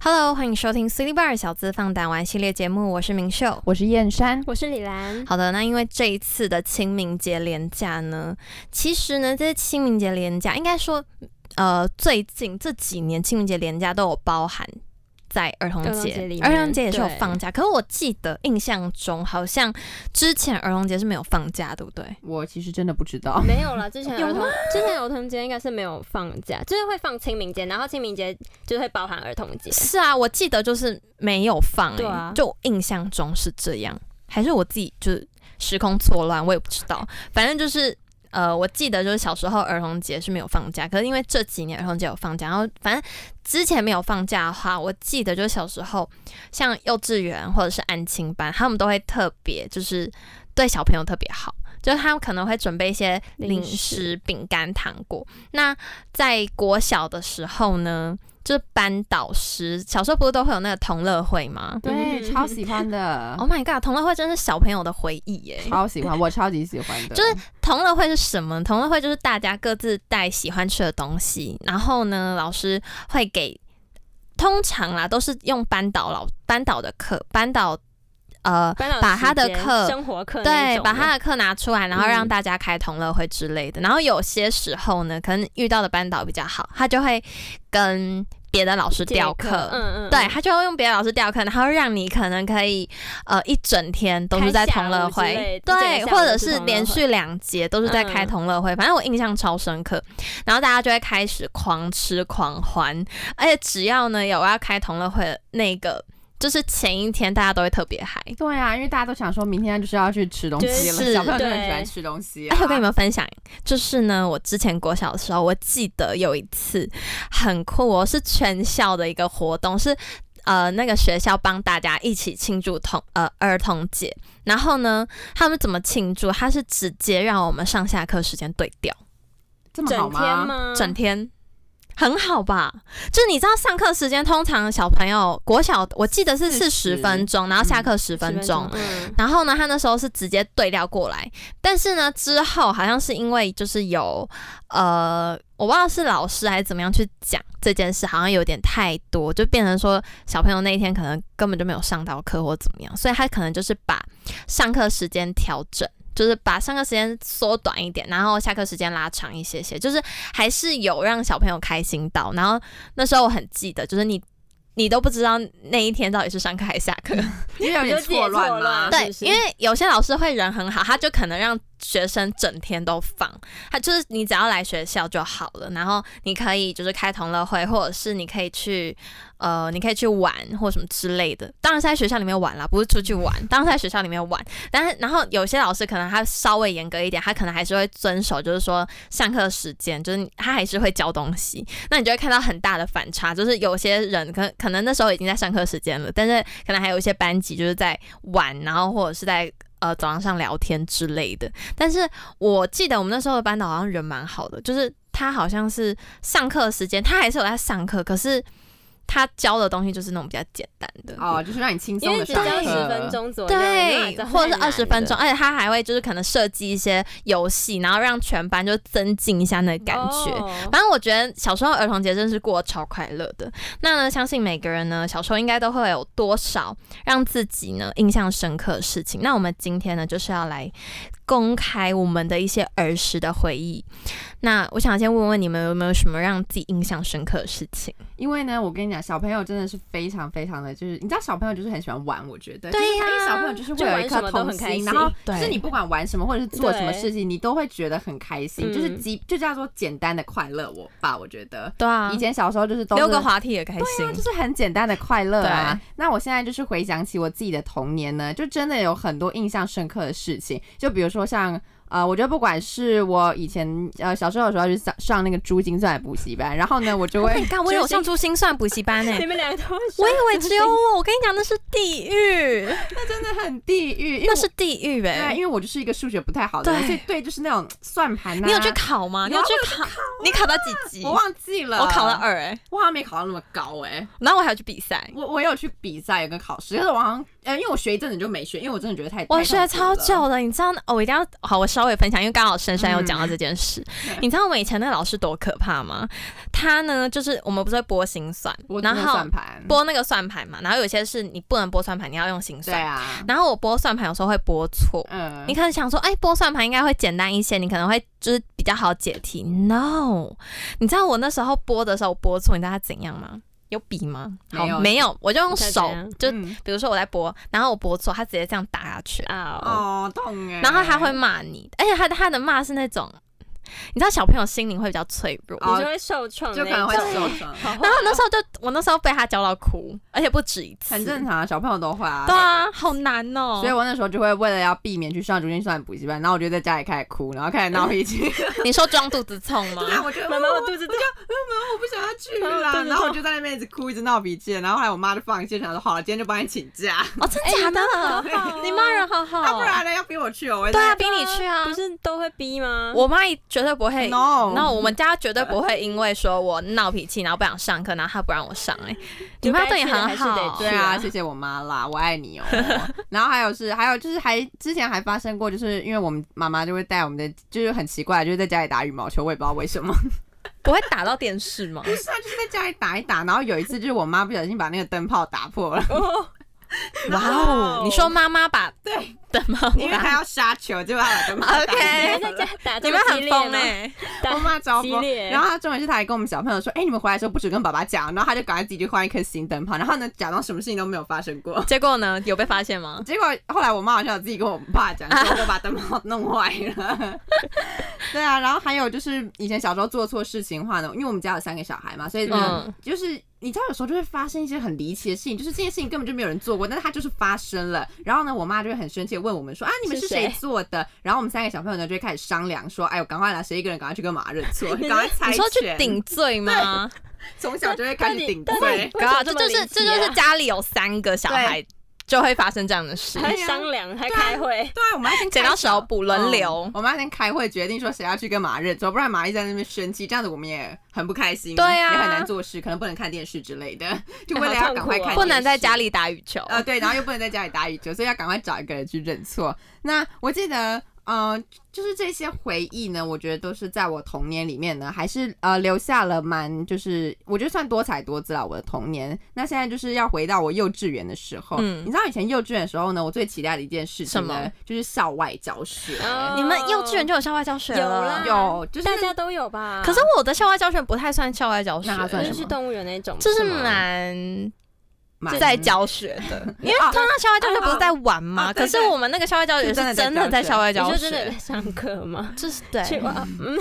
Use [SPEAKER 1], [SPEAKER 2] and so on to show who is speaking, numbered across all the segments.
[SPEAKER 1] Hello，欢迎收听 City Bar 小资放胆玩系列节目，我是明秀。
[SPEAKER 2] 我是燕山，
[SPEAKER 3] 我是李兰，
[SPEAKER 1] 好的，那因为这一次的清明节连假呢，其实呢，这清明节连假应该说，呃，最近这几年清明节连假都有包含在儿童
[SPEAKER 3] 儿童节
[SPEAKER 1] 节
[SPEAKER 3] 里，面
[SPEAKER 1] 儿童节也是有
[SPEAKER 3] 对
[SPEAKER 1] 放假。可是我记得印象中好像之前儿童节是没有放假，对不对？
[SPEAKER 2] 我其实真的不知道，
[SPEAKER 3] 没有啦，之前
[SPEAKER 1] 有
[SPEAKER 3] 儿童之前儿童节应该是没有放假，就是会放清明节，然后清明节就会包含儿童节。
[SPEAKER 1] 是啊，我记得就是没有放、欸，
[SPEAKER 3] 对啊
[SPEAKER 1] 就印象中是这样，还是我自己就是时空错乱，我也不知道。反正就是呃，我记得就是小时候儿童节是没有放假，可是因为这几年儿童节有放假，然后反正之前没有放假的话，我记得就是小时候像幼稚园或者是安亲班，他们都会特别就是对小朋友特别好。就是他们可能会准备一些零
[SPEAKER 3] 零
[SPEAKER 1] 食、饼干、糖果。那在国小的时候呢，就是班导师，小时候不是都会有那个同乐会吗
[SPEAKER 2] 对，
[SPEAKER 3] 嗯
[SPEAKER 2] 超喜欢的，
[SPEAKER 3] 哦
[SPEAKER 1] ？Oh my god，同乐会真是小朋友的回忆耶！
[SPEAKER 2] 超喜欢，我超级喜欢 的，
[SPEAKER 1] 就是同乐会是什么？同乐会就是大家各自带喜欢吃的东西，然后呢，老师会给，通常啦都是用班导老班导的课，班导呃
[SPEAKER 3] 班导
[SPEAKER 1] 把
[SPEAKER 3] 时
[SPEAKER 1] 他的
[SPEAKER 3] 间
[SPEAKER 1] 课
[SPEAKER 3] 生活课那
[SPEAKER 1] 对，
[SPEAKER 3] 种
[SPEAKER 1] 把
[SPEAKER 3] 的
[SPEAKER 1] 他的课拿出来，然后让
[SPEAKER 3] 嗯
[SPEAKER 1] 大家开同乐会之类的。然后有些时候呢，可能遇到的班导比较好，他就会跟别的老师
[SPEAKER 3] 借
[SPEAKER 1] 调
[SPEAKER 3] 课，
[SPEAKER 1] 课。
[SPEAKER 3] 嗯嗯，
[SPEAKER 1] 对他就会用别的老师调课，然后让你可能可以，呃，一整天都是在同乐
[SPEAKER 3] 开下午之
[SPEAKER 1] 会
[SPEAKER 3] 类，
[SPEAKER 1] 对
[SPEAKER 3] 一，整个下午
[SPEAKER 1] 或者
[SPEAKER 3] 都是
[SPEAKER 1] 是
[SPEAKER 3] 同乐会
[SPEAKER 1] 连续两节都是在开
[SPEAKER 3] 嗯
[SPEAKER 1] 同乐会，反正我印象超深刻。然后大家就会开始狂吃狂欢，而且只要呢有要开同乐会的那个，就是前一天大家都会特别嗨。
[SPEAKER 2] 对啊，因为大家都想说明天就是要去吃东西
[SPEAKER 1] 就是
[SPEAKER 2] 了，小朋友都很
[SPEAKER 3] 对
[SPEAKER 2] 喜欢吃东西、啊，
[SPEAKER 1] 哎，我跟你们分享，就是呢，我之前国小的时候，我记得有一次很酷、哦，是全校的一个活动，是呃那个学校帮大家一起庆祝童呃儿童节。然后呢，他们怎么庆祝？他是直接让我们上下课时间对调，
[SPEAKER 2] 这么好
[SPEAKER 3] 整天
[SPEAKER 2] 吗？
[SPEAKER 3] 吗？
[SPEAKER 1] 整天。很好吧，就你知道上课时间，通常小朋友国小我记得是四十
[SPEAKER 2] 40
[SPEAKER 1] 分钟，然后下课十
[SPEAKER 3] 10
[SPEAKER 1] 分钟，
[SPEAKER 3] 嗯，
[SPEAKER 1] 然后呢，他那时候是直接对调过来，但是呢，之后好像是因为就是有呃，我不知道是老师还是怎么样去讲这件事，好像有点太多，就变成说小朋友那一天可能根本就没有上到课或怎么样，所以他可能就是把上课时间调整。就是把上课时间缩短一点，然后下课时间拉长一些些，就是还是有让小朋友开心到。然后那时候我很记得，就是你你都不知道那一天到底是上课还是下课，
[SPEAKER 2] 因为有点错乱
[SPEAKER 3] 有点错
[SPEAKER 2] 嘛
[SPEAKER 3] 乱。
[SPEAKER 1] 对
[SPEAKER 3] 是不，
[SPEAKER 1] 因
[SPEAKER 3] 啊是
[SPEAKER 1] 为有些老师会人很好，他就可能让学生整天都放，他就是你只要来学校就好了，然后你可以就是开同乐会，或者是你可以去呃，你可以去玩或什么之类的。当然是在学校里面玩啦，不是出去玩，当然是在学校里面玩。但是然后有些老师可能他稍微严格一点，他可能还是会遵守，就是说上课时间，就是你他还是会教东西。那你就会看到很大的反差，就是有些人可可能那时候已经在上课时间了，但是可能还有一些班级就是在 玩，然后或者是在呃走廊上聊天之类的。但是我记得我们那时候的班导好像人蛮好的，就是他好像是上课时间他还是有在上课，可是他教的东西就是那种比较简单的。
[SPEAKER 2] 哦，就是让你轻
[SPEAKER 3] 因
[SPEAKER 2] 松
[SPEAKER 3] 为
[SPEAKER 2] 的
[SPEAKER 3] 只
[SPEAKER 2] 上
[SPEAKER 3] 要
[SPEAKER 2] 课，
[SPEAKER 3] 十分钟左右，
[SPEAKER 1] 对，或者是二十分钟，
[SPEAKER 3] 哎，
[SPEAKER 1] 而且他还会就是可能设计一些游戏，然后让全班就增进一下那个感觉。
[SPEAKER 3] 哦
[SPEAKER 1] 反正我觉得小时候儿童节真是过得超快乐的。那呢，相信每个人呢，小时候应该都会有多少让自己呢印象深刻的事情。那我们今天呢，就是要来公开我们的一些儿时的回忆。那我想先问问你们有没有什么让自己印象深刻的事情？
[SPEAKER 2] 因为呢，我跟你讲，小朋友真的是非常非常的，就是你知道，小朋友就是很喜欢玩，我觉得，
[SPEAKER 1] 对呀
[SPEAKER 2] 就是因为小朋友就是
[SPEAKER 3] 就
[SPEAKER 2] 会有
[SPEAKER 3] 玩
[SPEAKER 2] 一
[SPEAKER 3] 什
[SPEAKER 2] 颗
[SPEAKER 3] 么都
[SPEAKER 2] 童
[SPEAKER 3] 很开
[SPEAKER 2] 心，
[SPEAKER 3] 心
[SPEAKER 2] 然后就
[SPEAKER 1] 对
[SPEAKER 2] 是你不管玩什么或者是做什么
[SPEAKER 3] 对
[SPEAKER 2] 事情，你都会觉得很开心，
[SPEAKER 3] 嗯
[SPEAKER 2] 就是基就叫做简单的快乐我吧，我觉得。
[SPEAKER 1] 对啊
[SPEAKER 2] 以前小时候就是都是
[SPEAKER 1] 溜个滑梯也开心
[SPEAKER 2] 对啊，就。是很简单的快乐
[SPEAKER 1] 嗯
[SPEAKER 2] 啊
[SPEAKER 1] 对。
[SPEAKER 2] 那我现在就是回想起我自己的童年呢，就真的有很多印象深刻的事情，就比如说像。呃，我觉得不管是我以前呃小时候的时候去上上那个珠心算的补习班，然后 呢，我就
[SPEAKER 1] Oh
[SPEAKER 2] 会
[SPEAKER 1] my god！我有上珠心算补习班 呢、
[SPEAKER 3] 你们两个都会说
[SPEAKER 1] 哎我以为只有我，我跟你讲那是地狱，
[SPEAKER 2] 真的很地狱，因为
[SPEAKER 1] 那
[SPEAKER 2] 我
[SPEAKER 1] 是地狱哎、
[SPEAKER 2] 对，因为我就是一个数学不太好的人，
[SPEAKER 1] 对
[SPEAKER 2] 所以对就是那种算盘呐、
[SPEAKER 1] 你有去考吗？你
[SPEAKER 2] 有啊
[SPEAKER 1] 有去考？你考到几级？
[SPEAKER 2] 我忘记了，
[SPEAKER 1] 我考了，二哎、
[SPEAKER 2] 我好像没考到那么高哎、
[SPEAKER 1] 然后我还要去比赛。
[SPEAKER 2] 我我有去比赛，有个考试，可是我好像哎、呃，因为我学一阵子就没学，因为我真的觉得太
[SPEAKER 1] 我
[SPEAKER 2] 太
[SPEAKER 1] 学
[SPEAKER 2] 痛苦
[SPEAKER 1] 超
[SPEAKER 2] 了
[SPEAKER 1] 久的，你知道哦？我一定要好，我稍微分享，因为刚好珊珊有讲到这件事。你知道我们以前那个老师多可怕吗？他呢，就是我们不是会剥心算
[SPEAKER 2] 我，真
[SPEAKER 1] 然
[SPEAKER 2] 的
[SPEAKER 1] 后
[SPEAKER 2] 算盘
[SPEAKER 1] 剥那个算盘嘛，然后有些是你不能剥算盘，你要用心
[SPEAKER 2] 对
[SPEAKER 1] 算。
[SPEAKER 2] 啊，
[SPEAKER 1] 然后我剥算盘有时候会剥错，
[SPEAKER 2] 嗯，
[SPEAKER 1] 你可能想说，哎，剥算盘应该会简单一些，你可能会就是比较好解题。No，你知道我那时候剥的时候我剥错，你知道他怎样吗？有笔吗？
[SPEAKER 2] 没有
[SPEAKER 1] 好没有，我就用
[SPEAKER 3] 你在
[SPEAKER 1] 手
[SPEAKER 3] 怎样，
[SPEAKER 1] 就
[SPEAKER 2] 嗯
[SPEAKER 1] 比如说我在剥，然后我剥错，他直接这样打下去，
[SPEAKER 3] 啊，
[SPEAKER 2] 哦痛哎，
[SPEAKER 1] 然后他会骂你，而且他他的骂是那种，你知道小朋友心灵会比较脆弱。
[SPEAKER 2] 哦
[SPEAKER 3] 你就会受创
[SPEAKER 2] 就
[SPEAKER 3] 那一种，
[SPEAKER 2] 可能会受伤，
[SPEAKER 1] 然后那时候就我那时候被他教到哭，而且不止一次。
[SPEAKER 2] 很正常啊，小朋友都会啊
[SPEAKER 1] 对。啊，好难哦、
[SPEAKER 2] 所以我那时候就会为了要避免去上竹心算补习班，然后我就在家里开始哭，然后开始闹 脾气。
[SPEAKER 1] 你说装肚子痛吗？
[SPEAKER 2] 对，我觉得
[SPEAKER 3] 妈妈，我肚子痛，
[SPEAKER 2] 我不想要去
[SPEAKER 3] 啊对
[SPEAKER 2] 啦，
[SPEAKER 3] 对
[SPEAKER 2] 然后我就在那边一直哭，一直闹脾气，然后后来我妈就放弃，想说好了，今天就帮你请假，
[SPEAKER 1] 哦，真
[SPEAKER 3] 哎
[SPEAKER 1] 假的？
[SPEAKER 3] 哦
[SPEAKER 1] 你骂人好哦
[SPEAKER 2] 要
[SPEAKER 1] 好
[SPEAKER 2] 啊不。然呢要逼我去哦，我会
[SPEAKER 1] 对啊，
[SPEAKER 2] 在
[SPEAKER 1] 逼你去啊
[SPEAKER 3] 不！是都会逼吗？
[SPEAKER 1] 我妈绝对不会
[SPEAKER 2] No
[SPEAKER 1] 那我们家绝对不会因为说我闹脾气，然后不想上课，然后她不让我上、哎，你妈对你很
[SPEAKER 3] 就该去的还是得
[SPEAKER 1] 好，
[SPEAKER 3] 去
[SPEAKER 2] 对啊，谢谢我妈啦，我爱 你哦。然后还有是，还有就是还之前还发生过，就是因为我们妈妈就会带我们的，就是很奇怪，就是在家里打羽毛球，我也不知道为什么。
[SPEAKER 1] 不会打到电视吗？
[SPEAKER 2] 是啊，就是在家里打一打，然后有一次就是我妈不小心把那个灯泡打破了，
[SPEAKER 3] 哦，
[SPEAKER 1] 哇哦！你说妈妈把
[SPEAKER 2] 对，
[SPEAKER 1] 灯泡
[SPEAKER 2] 因为她
[SPEAKER 1] 打
[SPEAKER 2] 要杀球，就把她把灯泡 打破
[SPEAKER 1] OK
[SPEAKER 3] 你还在家打
[SPEAKER 1] 你
[SPEAKER 3] 这
[SPEAKER 1] 们
[SPEAKER 3] 么激
[SPEAKER 1] 很
[SPEAKER 3] 烈
[SPEAKER 1] 疯
[SPEAKER 3] 吗？
[SPEAKER 1] 哎、
[SPEAKER 3] 打
[SPEAKER 2] 欸我妈招
[SPEAKER 3] 激
[SPEAKER 2] 风，
[SPEAKER 3] 烈
[SPEAKER 2] 然后她重点是她还跟我们小朋友说：“哎、你们回来的时候不准跟爸爸讲。”然后她就赶快自己去换一颗新灯泡，然后呢假装什么事情都没有发生过。
[SPEAKER 1] 结果呢，有被发现吗？
[SPEAKER 2] 结果后来我妈好像有自己跟我爸讲，说我把灯泡弄坏 了。对啊，然后还有就是以前小时候做错事情的话呢，因为我们家有三个小孩嘛，所以呢，
[SPEAKER 1] 嗯
[SPEAKER 2] 就是你知道有时候就会发生一些很离奇的事情，就是这件事情根本就没有人做过，但是它就是发生了。然后呢，我妈就会很生气地问我们说啊，你们是
[SPEAKER 3] 是
[SPEAKER 2] 谁
[SPEAKER 3] 谁
[SPEAKER 2] 做的？然后我们三个小朋友呢就会开始商量说，哎，我赶快来，谁一个人赶快去跟妈妈认错，赶快 猜
[SPEAKER 1] 你说去
[SPEAKER 2] 拳，
[SPEAKER 1] 顶罪吗？
[SPEAKER 2] 从小就会开始顶
[SPEAKER 3] 到底
[SPEAKER 2] 罪。
[SPEAKER 3] 为什么
[SPEAKER 1] 这
[SPEAKER 3] 这
[SPEAKER 1] 就
[SPEAKER 3] 么
[SPEAKER 1] 是
[SPEAKER 3] 离
[SPEAKER 1] 这
[SPEAKER 3] 奇
[SPEAKER 1] 就
[SPEAKER 3] 啊
[SPEAKER 1] 是家里有三个小孩就会发生这样的事，
[SPEAKER 3] 还商量，还开会，
[SPEAKER 2] 对啊，我们要先
[SPEAKER 1] 剪
[SPEAKER 2] 开
[SPEAKER 1] 刀
[SPEAKER 2] 始
[SPEAKER 1] 手补轮
[SPEAKER 2] 嗯
[SPEAKER 1] 流。
[SPEAKER 2] 我们要先开会决定说谁要去跟马日走，不然马丽在那边生气，这样子我们也很不开心，
[SPEAKER 1] 对啊
[SPEAKER 2] 也很难做事，可能不能看电视之类的，就为了要赶快看、
[SPEAKER 3] 好痛苦哦
[SPEAKER 1] 不能在家。里打羽球，
[SPEAKER 2] 呃，对，然后又不能在家里打羽球，所以要赶快找一个人去认错。那我记得，呃，就是这些回忆呢，我觉得都是在我童年里面呢，还是呃留下了蛮，就是我觉得算多彩多姿了我的童年。那现在就是要回到我幼稚园的时候，
[SPEAKER 1] 嗯
[SPEAKER 2] 你知道以前幼稚园的时候呢，我最期待的一件事情
[SPEAKER 1] 什
[SPEAKER 2] 呢
[SPEAKER 1] 么，
[SPEAKER 2] 就是校外教学。
[SPEAKER 3] 哦
[SPEAKER 1] 你们幼稚园就有校外教学
[SPEAKER 3] 有
[SPEAKER 1] 了
[SPEAKER 3] 啦，
[SPEAKER 2] 有就是
[SPEAKER 3] 大家都有吧？
[SPEAKER 1] 可是我的校外教学不太算校外教学，
[SPEAKER 2] 那它算
[SPEAKER 3] 就
[SPEAKER 2] 什
[SPEAKER 3] 是
[SPEAKER 2] 么
[SPEAKER 3] 去动物园那种，
[SPEAKER 1] 就是
[SPEAKER 2] 吗
[SPEAKER 1] 蛮
[SPEAKER 2] 蛮
[SPEAKER 1] 在教学的，因为
[SPEAKER 2] 哦
[SPEAKER 1] 通常校外教学不是在玩吗？
[SPEAKER 2] 哦对
[SPEAKER 1] 可是我们那个校外教学是
[SPEAKER 2] 是
[SPEAKER 1] 真
[SPEAKER 2] 真
[SPEAKER 1] 的
[SPEAKER 2] 的
[SPEAKER 1] 在
[SPEAKER 2] 在
[SPEAKER 1] 校
[SPEAKER 2] 校
[SPEAKER 1] 外
[SPEAKER 3] 你
[SPEAKER 1] 教
[SPEAKER 3] 说真的
[SPEAKER 1] 学
[SPEAKER 3] 在，上课吗？
[SPEAKER 1] 就是对，
[SPEAKER 3] 去哇，嗯，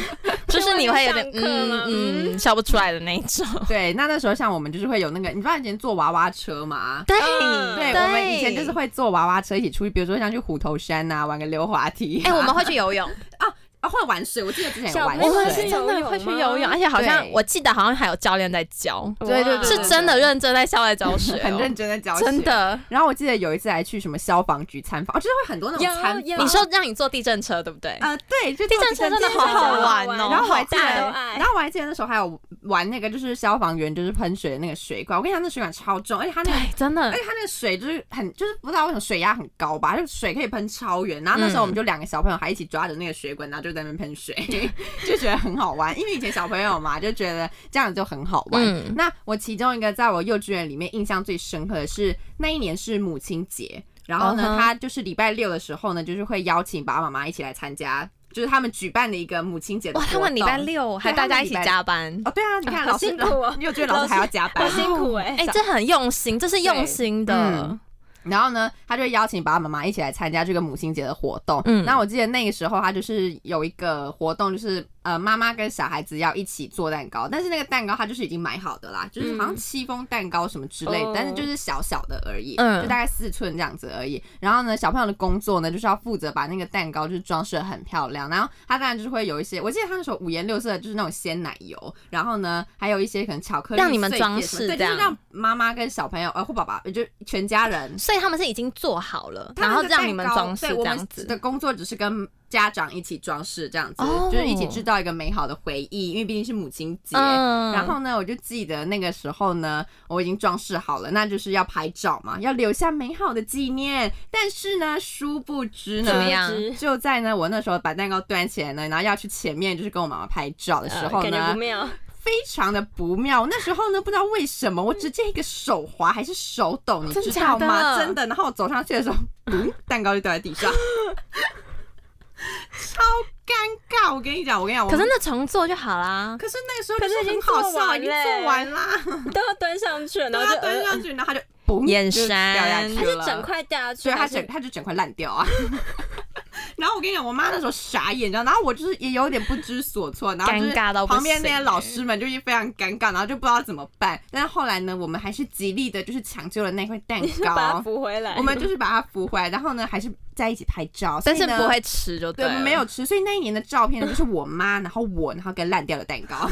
[SPEAKER 1] 就是你会有点
[SPEAKER 3] 去外面上课吗
[SPEAKER 1] 嗯嗯笑不出来的那一种。
[SPEAKER 2] 对，那那时候像我们就是会有那个，你知道以前坐娃娃车嘛？
[SPEAKER 1] 对
[SPEAKER 3] 嗯
[SPEAKER 2] 对，我们以前就是。会坐娃娃车一起出去，比如说像去虎头山呐、玩个溜滑梯、
[SPEAKER 1] 哎、我们会去游泳，
[SPEAKER 2] 啊会玩水，我记得之前有
[SPEAKER 3] 小
[SPEAKER 2] 玩
[SPEAKER 3] 朋
[SPEAKER 1] 我
[SPEAKER 3] 友
[SPEAKER 1] 们
[SPEAKER 3] 去
[SPEAKER 1] 是
[SPEAKER 2] 水，
[SPEAKER 1] 真的会去游
[SPEAKER 3] 游
[SPEAKER 1] 泳，
[SPEAKER 3] 泳吗
[SPEAKER 1] 而且好像
[SPEAKER 2] 对
[SPEAKER 1] 我记得好像还有教练在教，
[SPEAKER 2] 对对
[SPEAKER 3] 哇
[SPEAKER 2] 对
[SPEAKER 1] 是真的认真在校外教学、哦
[SPEAKER 2] 很认真的教学，
[SPEAKER 1] 真。的。
[SPEAKER 2] 然后我记得有一次还去什么消防局参访，哦，就是会很多那种
[SPEAKER 3] 有
[SPEAKER 2] 参
[SPEAKER 3] 有
[SPEAKER 2] 访
[SPEAKER 1] 你说让你坐地震车，对不对？
[SPEAKER 2] 呃，对，就
[SPEAKER 1] 地
[SPEAKER 2] 坐
[SPEAKER 1] 震车真的
[SPEAKER 2] 车
[SPEAKER 1] 好好玩
[SPEAKER 3] 真的
[SPEAKER 1] 哦，
[SPEAKER 3] 好
[SPEAKER 2] 然后我还
[SPEAKER 1] 好
[SPEAKER 2] 记
[SPEAKER 1] 大
[SPEAKER 2] 得
[SPEAKER 3] 大
[SPEAKER 1] 的
[SPEAKER 3] 都爱
[SPEAKER 2] 然后我还记得那时候还有玩那个，就是消防员就是喷水的那个水管。我跟你讲，那水管超重，而且它那个
[SPEAKER 1] 对，真的
[SPEAKER 2] 而且它那个水就是很，就是不知道为什么水压很高吧，就是水可以喷超远。然后
[SPEAKER 1] 嗯
[SPEAKER 2] 那时候我们就两个小朋友还一起抓着那个水管，然后就在那边喷水， 就觉得很好玩。因为以前小朋友嘛，就觉得这样就很好玩。
[SPEAKER 1] 嗯
[SPEAKER 2] 那我其中一个在我幼稚园里面印象最深刻的是那一年是母亲节，然后
[SPEAKER 1] 嗯
[SPEAKER 2] 呢
[SPEAKER 1] 哼
[SPEAKER 2] 他就是礼拜六的时候呢，就是会邀请爸爸妈妈一起来参加，就是他们举办的一个母亲节的
[SPEAKER 1] 哇！
[SPEAKER 2] 活
[SPEAKER 1] 他
[SPEAKER 2] 动。
[SPEAKER 1] 们礼拜六还
[SPEAKER 2] 对
[SPEAKER 1] 大
[SPEAKER 2] 他们
[SPEAKER 1] 家一起
[SPEAKER 2] 礼拜
[SPEAKER 1] 加班，
[SPEAKER 2] 哦，对啊，你看
[SPEAKER 3] 好
[SPEAKER 2] 老师
[SPEAKER 3] 辛苦哦
[SPEAKER 2] 幼稚园老师还要加 班
[SPEAKER 3] 好，辛苦
[SPEAKER 2] 哦
[SPEAKER 3] 哎，
[SPEAKER 1] 哎、这很用心，这是用心的
[SPEAKER 2] 嗯，然后呢，他就邀请爸爸妈妈一起来参加这个母亲节的活动。
[SPEAKER 1] 嗯
[SPEAKER 2] 那我记得那个时候他就是有一个活动，就是呃妈妈跟小孩子要一起做蛋糕，但是那个蛋糕他就是已经买好的
[SPEAKER 1] 嗯
[SPEAKER 2] 啦，就是好像戚风蛋糕什么之类的，
[SPEAKER 3] 哦
[SPEAKER 2] 但是就是小小的而已，
[SPEAKER 1] 嗯
[SPEAKER 2] 就大概四寸这样子而已。然后呢，小朋友的工作呢就是要负责把那个蛋糕就是装饰得很漂亮，然后他当然就是会有一些，我记得他那时候五颜六色的就是那种鲜奶油，然后呢还有一些可能巧克力碎片什么，
[SPEAKER 1] 让你们装饰这
[SPEAKER 2] 对，就
[SPEAKER 1] 样
[SPEAKER 2] 是让妈妈跟小朋友呃或爸爸就全家人
[SPEAKER 1] 所以他们是已经做好了，
[SPEAKER 2] 他
[SPEAKER 1] 然后
[SPEAKER 2] 们的蛋糕
[SPEAKER 1] 让你们装饰
[SPEAKER 2] 对
[SPEAKER 1] 这
[SPEAKER 2] 我
[SPEAKER 1] 样
[SPEAKER 2] 们
[SPEAKER 1] 子。
[SPEAKER 2] 的工作只是跟家长一起装饰这样子，
[SPEAKER 1] 哦
[SPEAKER 2] 就是一起制造一个美好的回忆，因为毕竟是母亲节。
[SPEAKER 1] 嗯，
[SPEAKER 2] 然后呢，我就记得那个时候呢，我已经装饰好了，那就是要拍照嘛，要留下美好的纪念。但是呢，殊不知呢，
[SPEAKER 1] 怎么样
[SPEAKER 3] 是
[SPEAKER 2] 就在呢我那时候把蛋糕端起来呢，然后要去前面就是跟我妈妈拍照的时
[SPEAKER 3] 呃
[SPEAKER 2] 候
[SPEAKER 3] 感觉
[SPEAKER 2] 呢
[SPEAKER 3] 不，妙，
[SPEAKER 2] 非常的不妙。那时候呢，不知道为什么，我直接一个手滑还是手抖，你
[SPEAKER 1] 真
[SPEAKER 2] 知
[SPEAKER 1] 假
[SPEAKER 2] 道吗？
[SPEAKER 1] 的
[SPEAKER 2] 真的。然后我走上去的时候，嗯，蛋糕就掉在地 上，超尴尬。我跟你讲，我跟你讲，我
[SPEAKER 1] 可是那重做就好啦。
[SPEAKER 2] 可是那个时候
[SPEAKER 3] 可是
[SPEAKER 2] 就
[SPEAKER 3] 已经
[SPEAKER 2] 很好
[SPEAKER 3] 做
[SPEAKER 2] 笑，
[SPEAKER 3] 完
[SPEAKER 2] 已经
[SPEAKER 3] 嘞
[SPEAKER 2] 做完啦，
[SPEAKER 3] 你都要端上去了，
[SPEAKER 2] 然
[SPEAKER 3] 然后
[SPEAKER 2] 后
[SPEAKER 3] 就
[SPEAKER 2] 端
[SPEAKER 3] 呃
[SPEAKER 2] 上去，然后他就嘣，
[SPEAKER 1] 眼
[SPEAKER 2] 就
[SPEAKER 1] 神
[SPEAKER 2] 掉下去
[SPEAKER 3] 还
[SPEAKER 2] 去
[SPEAKER 3] 是
[SPEAKER 2] 了
[SPEAKER 3] 整块掉下去，
[SPEAKER 2] 所以
[SPEAKER 3] 还
[SPEAKER 2] 它
[SPEAKER 3] 是
[SPEAKER 2] 整它就整块烂掉啊。 然后我跟你讲，我妈那时候傻眼，你知道，然后我就是也有点不知所措，然后就是
[SPEAKER 1] 尴尬到不
[SPEAKER 2] 旁边那些
[SPEAKER 1] 行欸
[SPEAKER 2] 老师们就是非常尴尬，然后就不知道怎么办。但是后来呢，我们还是极力的，就是抢救了那块蛋
[SPEAKER 3] 把它
[SPEAKER 2] 糕，
[SPEAKER 3] 扶回来。
[SPEAKER 2] 我们就是把它扶回来，然后呢，还是在一起拍照，
[SPEAKER 1] 但
[SPEAKER 2] 所
[SPEAKER 1] 是
[SPEAKER 2] 以呢
[SPEAKER 1] 不会吃就
[SPEAKER 2] 对，
[SPEAKER 1] 了
[SPEAKER 2] 我们没有吃，所以那一年的照片呢，就是我妈，然后我，然后跟烂掉的蛋糕。